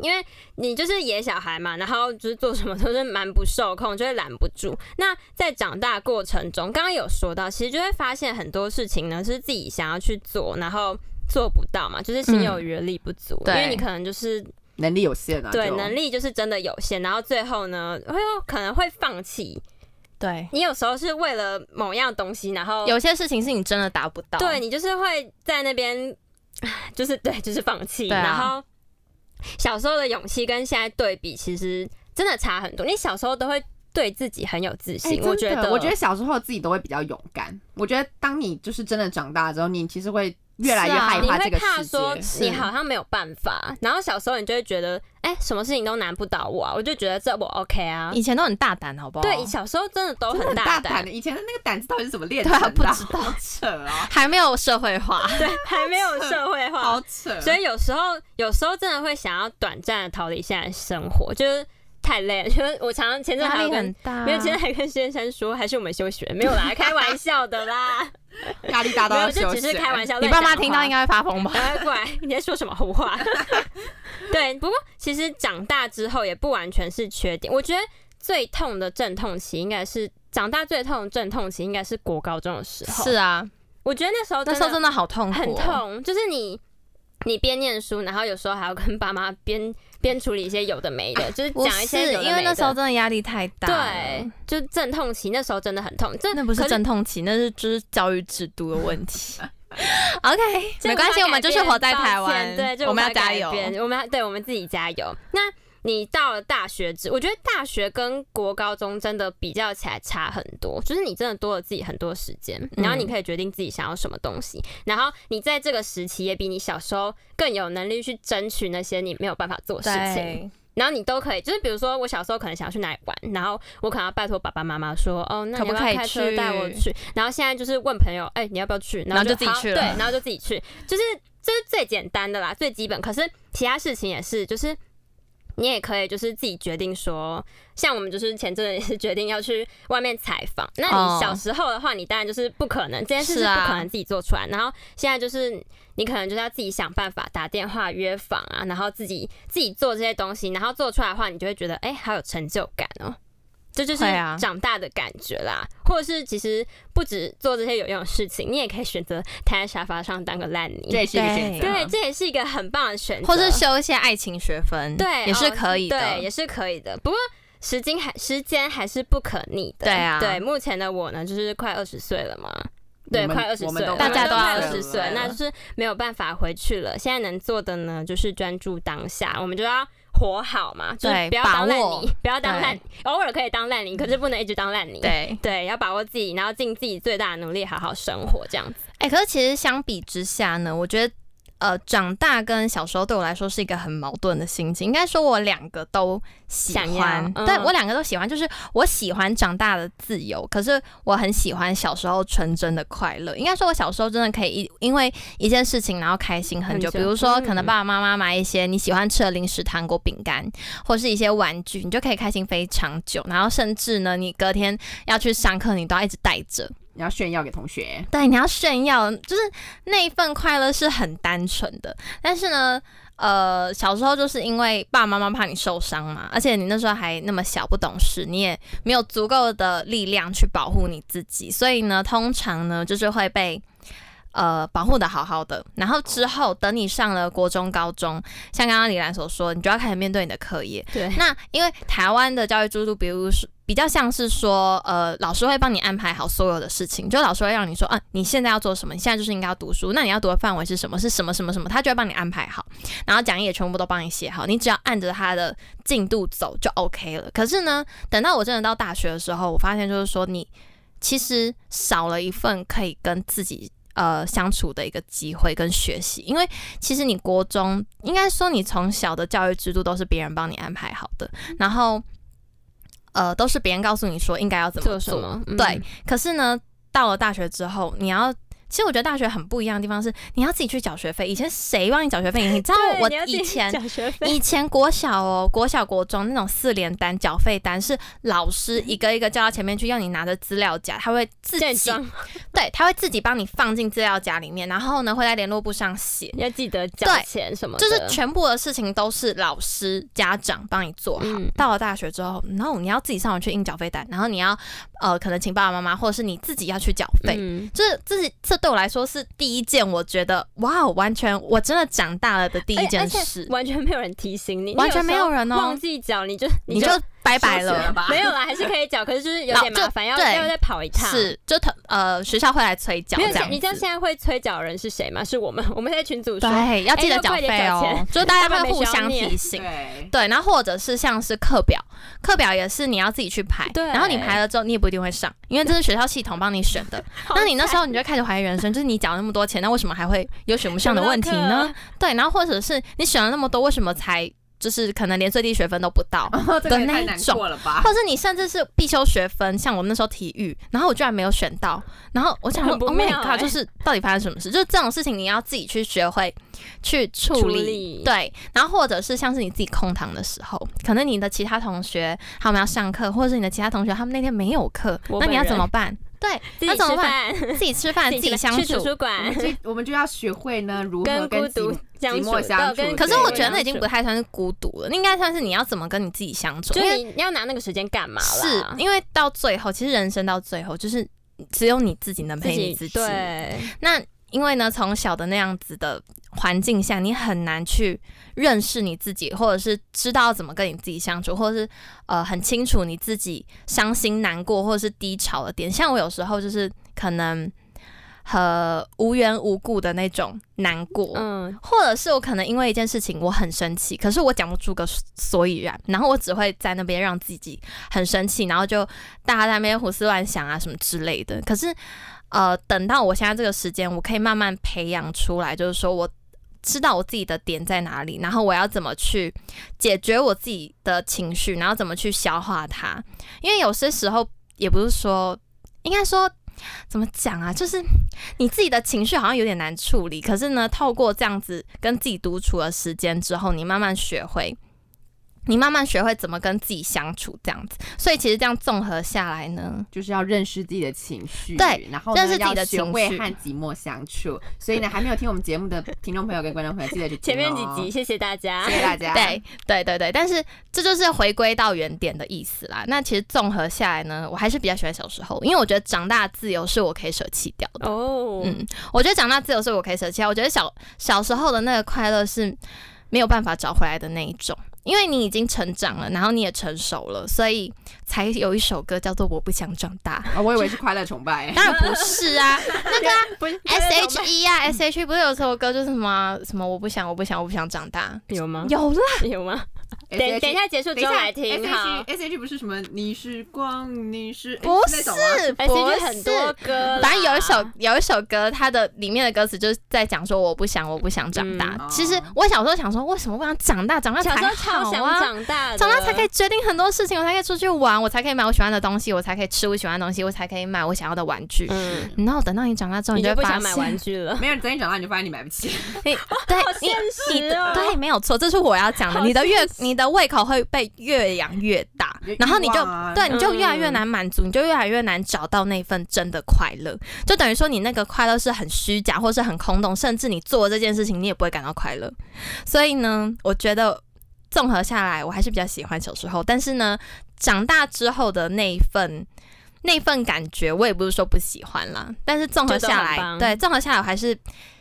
[SPEAKER 3] 因为你就是野小孩嘛，然后就是做什么都是蛮不受控，就会拦不住。那在长大过程中，刚刚有说到，其实就会发现很多事情呢是自己想要去做，然后做不到嘛，就是心有余而力不足，
[SPEAKER 1] 嗯对
[SPEAKER 3] 因为你可能就是
[SPEAKER 2] 能力有限啊，
[SPEAKER 3] 对
[SPEAKER 2] 就
[SPEAKER 3] 能力就是真的有限，然后最后呢会有可能会放弃。
[SPEAKER 1] 对，
[SPEAKER 3] 你有时候是为了某样东西，然后
[SPEAKER 1] 有些事情是你真的达不到。
[SPEAKER 3] 对，你就是会在那边，唉就是对，就是放弃。
[SPEAKER 1] 对啊
[SPEAKER 3] 然后小时候的勇气跟现在对比，其实真的差很多。你小时候都会对自己很有自
[SPEAKER 2] 哎
[SPEAKER 3] 信，我觉
[SPEAKER 2] 真的
[SPEAKER 3] 得，
[SPEAKER 2] 我觉得小时候自己都会比较勇敢。我觉得当你就是真的长大之后，你其实会越来越
[SPEAKER 1] 是啊
[SPEAKER 2] 害
[SPEAKER 3] 你
[SPEAKER 2] 怕这
[SPEAKER 3] 会
[SPEAKER 2] 个
[SPEAKER 3] 怕
[SPEAKER 2] 世界。
[SPEAKER 3] 说
[SPEAKER 2] 是
[SPEAKER 3] 你好像没有办法，然后小时候你就会觉得，哎、什么事情都难不倒我、啊，我就觉得这我 OK 啊。
[SPEAKER 1] 以前都很大胆，好不好？
[SPEAKER 3] 对，小时候真的都
[SPEAKER 2] 哦真的很
[SPEAKER 3] 哦大
[SPEAKER 2] 大胆的，以前的那个胆子到底是怎么练
[SPEAKER 1] 对
[SPEAKER 2] 成的
[SPEAKER 1] 啊
[SPEAKER 2] 啊？
[SPEAKER 1] 不知
[SPEAKER 2] 道，好扯 啊，
[SPEAKER 1] 还没有社会 化。
[SPEAKER 3] 对，还没有社会化，
[SPEAKER 2] 好扯。哦
[SPEAKER 3] 所以有时候，有时候真的会想要短暂的逃离现在的生活，就是太累了。就是我常常前阵子还
[SPEAKER 1] 压
[SPEAKER 3] 有
[SPEAKER 1] 力很
[SPEAKER 3] 跟，
[SPEAKER 1] 大，
[SPEAKER 3] 没有，前阵子还跟先生说，还是我们休学，没有 啦，开玩笑的啦，
[SPEAKER 2] 压力大到
[SPEAKER 3] 没有，
[SPEAKER 2] 要休
[SPEAKER 3] 就只是
[SPEAKER 2] 学
[SPEAKER 3] 开玩笑。
[SPEAKER 1] 你爸妈听到应
[SPEAKER 3] 该
[SPEAKER 1] 该会发疯吧？
[SPEAKER 3] 赶快过来，哎你在说什么胡话？ 对，不过其实长大之后也不完全是缺点，我觉得最痛的阵痛期应该是长大最痛的阵痛期应该是国高中的时候。
[SPEAKER 1] 是，啊，
[SPEAKER 3] 我觉得那时候
[SPEAKER 1] 那
[SPEAKER 3] 真
[SPEAKER 1] 时
[SPEAKER 3] 的
[SPEAKER 1] 候真的好痛苦，
[SPEAKER 3] 很。痛，哦就是你你边念书，然后有时候还要跟爸妈边边处理一些有的没的，就是
[SPEAKER 1] 不
[SPEAKER 3] 讲
[SPEAKER 1] 是
[SPEAKER 3] 一些有的没的。
[SPEAKER 1] 因为那时候真的压力太大了，
[SPEAKER 3] 对，就是阵痛期，那时候真的很痛。这
[SPEAKER 1] 那不是
[SPEAKER 3] 可
[SPEAKER 1] 阵痛期，那是就是教育制度的问 题。OK，没关系，
[SPEAKER 3] 这无法
[SPEAKER 1] 我们就是
[SPEAKER 3] 改变
[SPEAKER 1] 活在台
[SPEAKER 3] 抱歉
[SPEAKER 1] 湾，
[SPEAKER 3] 对，这
[SPEAKER 1] 我们
[SPEAKER 3] 无
[SPEAKER 1] 要
[SPEAKER 3] 法
[SPEAKER 1] 加
[SPEAKER 3] 改
[SPEAKER 1] 油。
[SPEAKER 3] 变我们要对我们自己加油。那你到了大学之，我觉得大学跟国高中真的比较起来差很多，就是你真的多了自己很多时间，
[SPEAKER 1] 嗯
[SPEAKER 3] 然后你可以决定自己想要什么东西，然后你在这个时期也比你小时候更有能力去争取那些你没有办法做的事情。
[SPEAKER 1] 对，
[SPEAKER 3] 然后你都可以，就是比如说我小时候可能想要去哪里玩，然后我可能要拜托爸爸妈妈说，哦，那
[SPEAKER 1] 可
[SPEAKER 3] 你
[SPEAKER 1] 不
[SPEAKER 3] 要
[SPEAKER 1] 可以
[SPEAKER 3] 要开车
[SPEAKER 1] 去
[SPEAKER 3] 带我去？然后现在就是问朋友，哎、你要不要去？
[SPEAKER 1] 然后
[SPEAKER 3] 就
[SPEAKER 1] 就自己
[SPEAKER 3] 好
[SPEAKER 1] 去了
[SPEAKER 3] 对，然后就自己去，就是这是最简单的啦，最基本。可是其他事情也是，就是你也可以就是自己决定说，像我们就是前阵子也是决定要去外面采访。那
[SPEAKER 1] 哦
[SPEAKER 3] 你小时候的话，你当然就是不可能，这件事
[SPEAKER 1] 是
[SPEAKER 3] 是
[SPEAKER 1] 啊
[SPEAKER 3] 不可能自己做出来。然后现在就是你可能就是要自己想办法打电话约访啊，然后自己自己做这些东西，然后做出来的话，你就会觉得哎、好有成就感哦。这就是
[SPEAKER 1] 会啊
[SPEAKER 3] 长大的感觉啦，或者是其实不止做这些有用的事情，你也可以选择瘫在沙发上当个烂泥，
[SPEAKER 2] 这也是一个选择。
[SPEAKER 3] 对，这也是一个很棒的选择，
[SPEAKER 1] 啊或是修一些爱情学分，
[SPEAKER 3] 对
[SPEAKER 1] 也是
[SPEAKER 3] 哦
[SPEAKER 1] 可以的。
[SPEAKER 3] 对，也是可以的。不过时间还时间还是不可逆的。
[SPEAKER 1] 对啊
[SPEAKER 3] 对，目前的我呢，就是快二十岁了嘛。对，
[SPEAKER 2] 我们
[SPEAKER 3] 快二十
[SPEAKER 2] 我们
[SPEAKER 3] 岁
[SPEAKER 2] 都
[SPEAKER 3] 了，
[SPEAKER 1] 大家都
[SPEAKER 3] 快
[SPEAKER 1] 要
[SPEAKER 3] 二十
[SPEAKER 2] 岁
[SPEAKER 3] 岁
[SPEAKER 2] 了，
[SPEAKER 3] 那就是没有办法回去了。现在能做的呢，就是专注当下，我们就要活好嘛，就是
[SPEAKER 1] 对
[SPEAKER 3] 不要当烂
[SPEAKER 1] 把握
[SPEAKER 3] 泥，不要当
[SPEAKER 1] 对
[SPEAKER 3] 烂，偶尔可以当烂泥，可是不能一直当烂泥。
[SPEAKER 1] 对
[SPEAKER 3] 对，要把握自己，然后尽自己最大的努力，好好生活，这样子。
[SPEAKER 1] 哎、可是其实相比之下呢，我觉得呃，长大跟小时候对我来说是一个很矛盾的心情。应该说，我两个都喜
[SPEAKER 3] 想
[SPEAKER 1] 欢，
[SPEAKER 3] 要嗯
[SPEAKER 1] 对我两个都喜欢，就是我喜欢长大的自由，可是我很喜欢小时候纯真的快乐。应该说，我小时候真的可以一因为一件事情然后开心很久，
[SPEAKER 3] 很久
[SPEAKER 1] 比如说
[SPEAKER 3] 嗯
[SPEAKER 1] 可能爸爸妈妈买一些你喜欢吃的零食、糖果、饼干，或是一些玩具，你就可以开心非常久。然后甚至呢，你隔天要去上课，你都要一直带着。
[SPEAKER 2] 你要炫耀给同学。
[SPEAKER 1] 对，你要炫耀，就是那一份快乐是很单纯的。但是呢，呃，小时候就是因为爸爸妈妈怕你受伤嘛，而且你那时候还那么小，不懂事，你也没有足够的力量去保护你自己，所以呢，通常呢就是会被。呃，保护的好好的，然后之后等你上了国中、高中，像刚刚李兰所说，你就要开始面对你的课业，
[SPEAKER 3] 对，
[SPEAKER 1] 那因为台湾的教育制度，比如说比较像是说，呃，老师会帮你安排好所有的事情，就老师会让你说，啊，你现在要做什么，你现在就是应该要读书，那你要读的范围是什么，是什么什么什么，他就会帮你安排好，然后讲义也全部都帮你写好，你只要按着他的进度走就 OK 了。可是呢，等到我真的到大学的时候，我发现就是说你其实少了一份可以跟自己。呃，相处的一个机会跟学习，因为其实你国中应该说你从小的教育制度都是别人帮你安排好的，
[SPEAKER 3] 嗯
[SPEAKER 1] 然后呃都是别人告诉你说应该要怎么
[SPEAKER 3] 做什么？嗯
[SPEAKER 1] 对，可是呢，到了大学之后，你要。其实我觉得大学很不一样的地方是，你要自己去缴学费。以前谁帮你缴学费？你知道
[SPEAKER 3] 对
[SPEAKER 1] 我
[SPEAKER 3] 你要自己
[SPEAKER 1] 以前
[SPEAKER 3] 缴学费
[SPEAKER 1] 以前国小哦，国小国中那种四联单、缴费单是老师一个一个叫到前面去，要你拿着资料夹，他会自
[SPEAKER 3] 现
[SPEAKER 1] 己
[SPEAKER 3] 装
[SPEAKER 1] 对，他会自己帮你放进资料夹里面，然后呢会在联络簿上写，
[SPEAKER 3] 要记得
[SPEAKER 1] 嗯
[SPEAKER 3] 缴
[SPEAKER 1] 对
[SPEAKER 3] 钱什么的，
[SPEAKER 1] 就是全部的事情都是老师、家长帮你做好。
[SPEAKER 3] 嗯
[SPEAKER 1] 到了大学之后，然后你要自己上网去印缴费单，然后你要呃，可能请爸爸妈妈，或者是你自己要去缴费。
[SPEAKER 3] 嗯
[SPEAKER 1] 这这是这对我来说是第一件，我觉得哇，完全我真的长大了的第一件
[SPEAKER 3] 而且
[SPEAKER 1] 事，
[SPEAKER 3] 完全没有人提醒你，
[SPEAKER 1] 完全没有
[SPEAKER 3] 你
[SPEAKER 1] 人
[SPEAKER 3] 时候
[SPEAKER 1] 哦
[SPEAKER 3] 忘，记缴，你就
[SPEAKER 1] 你
[SPEAKER 3] 就
[SPEAKER 1] 就拜拜
[SPEAKER 2] 休学
[SPEAKER 1] 了
[SPEAKER 2] 了。吧
[SPEAKER 3] 没有啦，啊还是可以缴，可是就是有
[SPEAKER 1] 老
[SPEAKER 3] 点麻
[SPEAKER 1] 就
[SPEAKER 3] 烦，要
[SPEAKER 1] 对
[SPEAKER 3] 要再跑一趟。
[SPEAKER 1] 是，就同呃学校会来催缴
[SPEAKER 3] 没有
[SPEAKER 1] 这样
[SPEAKER 3] 你知道
[SPEAKER 1] 子
[SPEAKER 3] 现在会催缴的人是谁吗？是我们， 我们在群组说，
[SPEAKER 1] 对，要记得
[SPEAKER 3] 哎要
[SPEAKER 1] 缴
[SPEAKER 3] 快点
[SPEAKER 1] 费
[SPEAKER 3] 缴
[SPEAKER 1] 哦
[SPEAKER 3] 钱，
[SPEAKER 1] 就大
[SPEAKER 3] 爸
[SPEAKER 1] 家
[SPEAKER 3] 爸
[SPEAKER 1] 会
[SPEAKER 3] 没
[SPEAKER 1] 互
[SPEAKER 3] 想
[SPEAKER 1] 相
[SPEAKER 3] 念
[SPEAKER 1] 提醒。
[SPEAKER 2] 对，
[SPEAKER 1] 对，然后或者是像是课表，课表也是你要自己去排，
[SPEAKER 3] 对
[SPEAKER 1] 然后你排了之后你也不一定会上，因为这是学校系统帮你选 的。那你那时候你就开始怀疑人生，就是你缴那么多钱，那为什么还会有选不上的问题 呢？？对，然后或者是你选了那么多，为什么才就是可能连最低学分都不到？
[SPEAKER 2] 然后这个也
[SPEAKER 1] 的
[SPEAKER 2] 太
[SPEAKER 1] 那
[SPEAKER 2] 难
[SPEAKER 1] 种
[SPEAKER 2] 过了吧？
[SPEAKER 1] 或者是你甚至是必修学分，像我那时候体育，然后我居然没有选到，然后我想说
[SPEAKER 3] 很不
[SPEAKER 1] ，Oh my
[SPEAKER 3] 妙
[SPEAKER 1] god，
[SPEAKER 3] 欸
[SPEAKER 1] 就是到底发生什么事？就是这种事情你要自己去学会去处理。
[SPEAKER 3] 处理
[SPEAKER 1] 对，然后或者是像是你自己空堂的时候，可能你的其他同学他们要上课，或者是你的其他同学他们那天没有课，那
[SPEAKER 3] 我本
[SPEAKER 1] 你要
[SPEAKER 3] 人
[SPEAKER 1] 怎么办？对，
[SPEAKER 3] 自己
[SPEAKER 1] 那怎
[SPEAKER 3] 吃
[SPEAKER 1] 么办？
[SPEAKER 3] 饭，
[SPEAKER 1] 自己吃 饭，自己
[SPEAKER 3] 吃
[SPEAKER 1] 相
[SPEAKER 3] 饭去图
[SPEAKER 1] 处。嗯
[SPEAKER 3] 书
[SPEAKER 2] 我
[SPEAKER 3] 馆
[SPEAKER 2] 们，就我们就要学会呢如何
[SPEAKER 3] 跟孤
[SPEAKER 2] 跟
[SPEAKER 3] 独
[SPEAKER 2] 寂
[SPEAKER 3] 相
[SPEAKER 2] 寂
[SPEAKER 3] 处，
[SPEAKER 2] 寞
[SPEAKER 3] 对
[SPEAKER 2] 相
[SPEAKER 3] 跟
[SPEAKER 2] 处
[SPEAKER 1] 可是我觉得
[SPEAKER 2] 对
[SPEAKER 1] 那已经不，太算是孤独了，那应该算是你要怎么跟你自己相处。
[SPEAKER 3] 就
[SPEAKER 1] 因为
[SPEAKER 3] 是你要拿那个时间干嘛
[SPEAKER 1] 是
[SPEAKER 3] 啦？
[SPEAKER 1] 因为到最后，其实人生到最后就是只有你自己能陪你自己。
[SPEAKER 3] 对，
[SPEAKER 1] 那因为呢，从小的那样子的环境下，你很难去认识你自己，或者是知道怎么跟你自己相处，或者是呃很清楚你自己伤心、难过或者是低潮的点。像我有时候就是可能。和无缘无故的那种难过，
[SPEAKER 3] 嗯，
[SPEAKER 1] 或者是我可能因为一件事情我很生气，可是我讲不出个所以然，然后我只会在那边让自己很生气，然后就大家在那边胡思乱想啊什么之类的。可是，呃，等到我现在这个时间，我可以慢慢培养出来，就是说我知道我自己的点在哪里，然后我要怎么去解决我自己的情绪，然后怎么去消化它。因为有些时候也不是说，应该说怎么讲啊，就是你自己的情绪好像有点难处理，可是呢，透过这样子跟自己独处的时间之后，你慢慢学会，你慢慢学会怎么跟自己相处，这样子。所以其实这样综合下来呢，
[SPEAKER 2] 就是要认识自己的情绪，
[SPEAKER 1] 对，
[SPEAKER 2] 然后呢
[SPEAKER 1] 认识自己的
[SPEAKER 2] 要学
[SPEAKER 1] 情
[SPEAKER 2] 会
[SPEAKER 1] 绪
[SPEAKER 2] 和寂寞相处。所以呢，还没有听我们节目的听众朋友跟观众朋友，记得去听
[SPEAKER 3] 前面几
[SPEAKER 1] 啊
[SPEAKER 2] 哦
[SPEAKER 3] 集，，谢谢大家
[SPEAKER 2] 谢。谢大家。
[SPEAKER 1] 对对对对，但是这就是回归到原点的意思啦。那其实综合下来呢，我还是比较喜欢小时候，因为我觉得长大自由是我可以舍弃掉的。
[SPEAKER 3] 哦，
[SPEAKER 1] 嗯，我觉得长大自由是我可以舍弃掉。啊我觉得小小时候的那个快乐是没有办法找回来的那一种，因为你已经成长了，然后你也成熟了，所以才有一首歌叫做《我不想长大》。
[SPEAKER 2] 哦，我以为是快乐崇拜。
[SPEAKER 1] 当然不是啊
[SPEAKER 3] 不是
[SPEAKER 1] ，S H E 啊，S H E 不是有首歌就是什么什么我不想我不想我不想长大，
[SPEAKER 3] 有吗？
[SPEAKER 1] 有 E，啦，
[SPEAKER 3] 有吗？等等一下结束
[SPEAKER 2] 等
[SPEAKER 3] 之
[SPEAKER 2] 一
[SPEAKER 3] 后
[SPEAKER 2] 下
[SPEAKER 3] 来听
[SPEAKER 1] E，
[SPEAKER 3] 哈。
[SPEAKER 2] ，S H 不是什么？你是光，你是哎
[SPEAKER 1] 不
[SPEAKER 2] 那
[SPEAKER 1] 是
[SPEAKER 2] 种吗？
[SPEAKER 3] S
[SPEAKER 1] 不
[SPEAKER 3] H
[SPEAKER 1] 是
[SPEAKER 3] E 很多歌啦，
[SPEAKER 1] 反正有一首有一首歌，它的里面的歌词就是在讲说我不想我不想长大。
[SPEAKER 2] 嗯
[SPEAKER 1] 其实我小时候想说，为什么不想长大？长大才
[SPEAKER 3] 哦小时候
[SPEAKER 1] 好
[SPEAKER 3] 超想
[SPEAKER 1] 啊。
[SPEAKER 3] 长大的，
[SPEAKER 1] 长大才可以决定很多事情，我才可以出去玩，我才可以买我喜欢的东西，我才可以吃我喜欢的东西，我才可以买我想要的玩具。
[SPEAKER 3] 嗯，
[SPEAKER 1] 然后等哦到你长大之后，
[SPEAKER 3] 你
[SPEAKER 1] 就
[SPEAKER 3] 就
[SPEAKER 1] 会
[SPEAKER 3] 不
[SPEAKER 1] 发
[SPEAKER 3] 想买玩
[SPEAKER 1] 现，
[SPEAKER 3] 具 了。
[SPEAKER 2] 没有，等你长大你就发现你买不起。
[SPEAKER 1] 你对
[SPEAKER 3] 好
[SPEAKER 1] 你
[SPEAKER 3] 现
[SPEAKER 1] 你
[SPEAKER 3] 实哦！
[SPEAKER 1] 对没有错，这是我要讲的。
[SPEAKER 3] 好
[SPEAKER 1] 你的越
[SPEAKER 3] 现实
[SPEAKER 1] 你的胃口会被越养越大
[SPEAKER 2] 有欲，
[SPEAKER 1] 然后你就
[SPEAKER 2] 望啊
[SPEAKER 1] 对你就越来
[SPEAKER 3] 嗯
[SPEAKER 1] 越难满足，你就越来越难找到那份真的快乐。就等于说你那个快乐是很虚假，或是很空洞，甚至你做这件事情你也不会感到快乐。所以呢，我觉得综合下来，我还是比较喜欢小时候。但是呢，长大之后的那一份。那份感觉，我也不是说不喜欢啦，但是综合
[SPEAKER 3] 就都很
[SPEAKER 1] 下来，
[SPEAKER 3] 棒
[SPEAKER 1] 对综合下来，我还是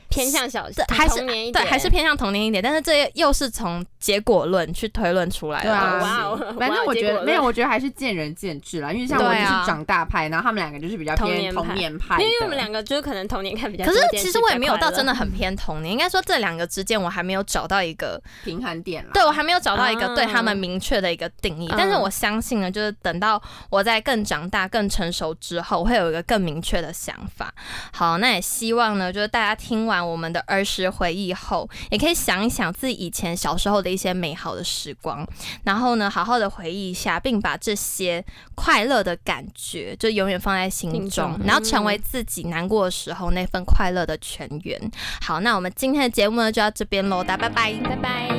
[SPEAKER 3] 偏向小
[SPEAKER 1] 这还是
[SPEAKER 3] 童年一
[SPEAKER 1] 对，
[SPEAKER 3] 点，
[SPEAKER 1] 还是偏向童年一点，但是这又是从结果论去推论出来的
[SPEAKER 2] 对啊
[SPEAKER 1] 东西。
[SPEAKER 3] 哇哦！
[SPEAKER 2] 反正
[SPEAKER 3] 哇哦
[SPEAKER 2] 我觉
[SPEAKER 3] 结
[SPEAKER 2] 得
[SPEAKER 3] 果
[SPEAKER 2] 没有，
[SPEAKER 3] 论
[SPEAKER 2] 我觉得还是见仁见智啦。因为像我
[SPEAKER 1] 对
[SPEAKER 2] 就
[SPEAKER 1] 啊
[SPEAKER 2] 是长大派，然后他们两个就是比较偏
[SPEAKER 3] 童
[SPEAKER 2] 童
[SPEAKER 3] 年
[SPEAKER 2] 年派的，
[SPEAKER 3] 因为我们两个就是可能童年看比较
[SPEAKER 1] 可
[SPEAKER 3] 多
[SPEAKER 1] 是
[SPEAKER 3] 电视。
[SPEAKER 1] 其实我也没有到真的
[SPEAKER 3] 的
[SPEAKER 1] 很偏童年，应该说这两个之间我还没有找到一个，
[SPEAKER 2] 平衡点啦。
[SPEAKER 1] 对我还没有找到一个
[SPEAKER 3] 啊
[SPEAKER 1] 对他们明确的一个定义。
[SPEAKER 3] 嗯
[SPEAKER 1] 但是我相信呢，就是等到我在更长大、更成熟之后，我会有一个更明确的想法。好，那也希望呢，就是大家听完我们的儿时回忆后，也可以想一想自己以前小时候的一些美好的时光，然后呢，好好的回忆一下，并把这些快乐的感觉就永远放在心
[SPEAKER 3] 心
[SPEAKER 1] 中
[SPEAKER 3] 中，
[SPEAKER 1] 然后成为自己难过的时候那份快乐的泉源。好，那我们今天的节目呢就到这边喽，大家拜拜，拜拜。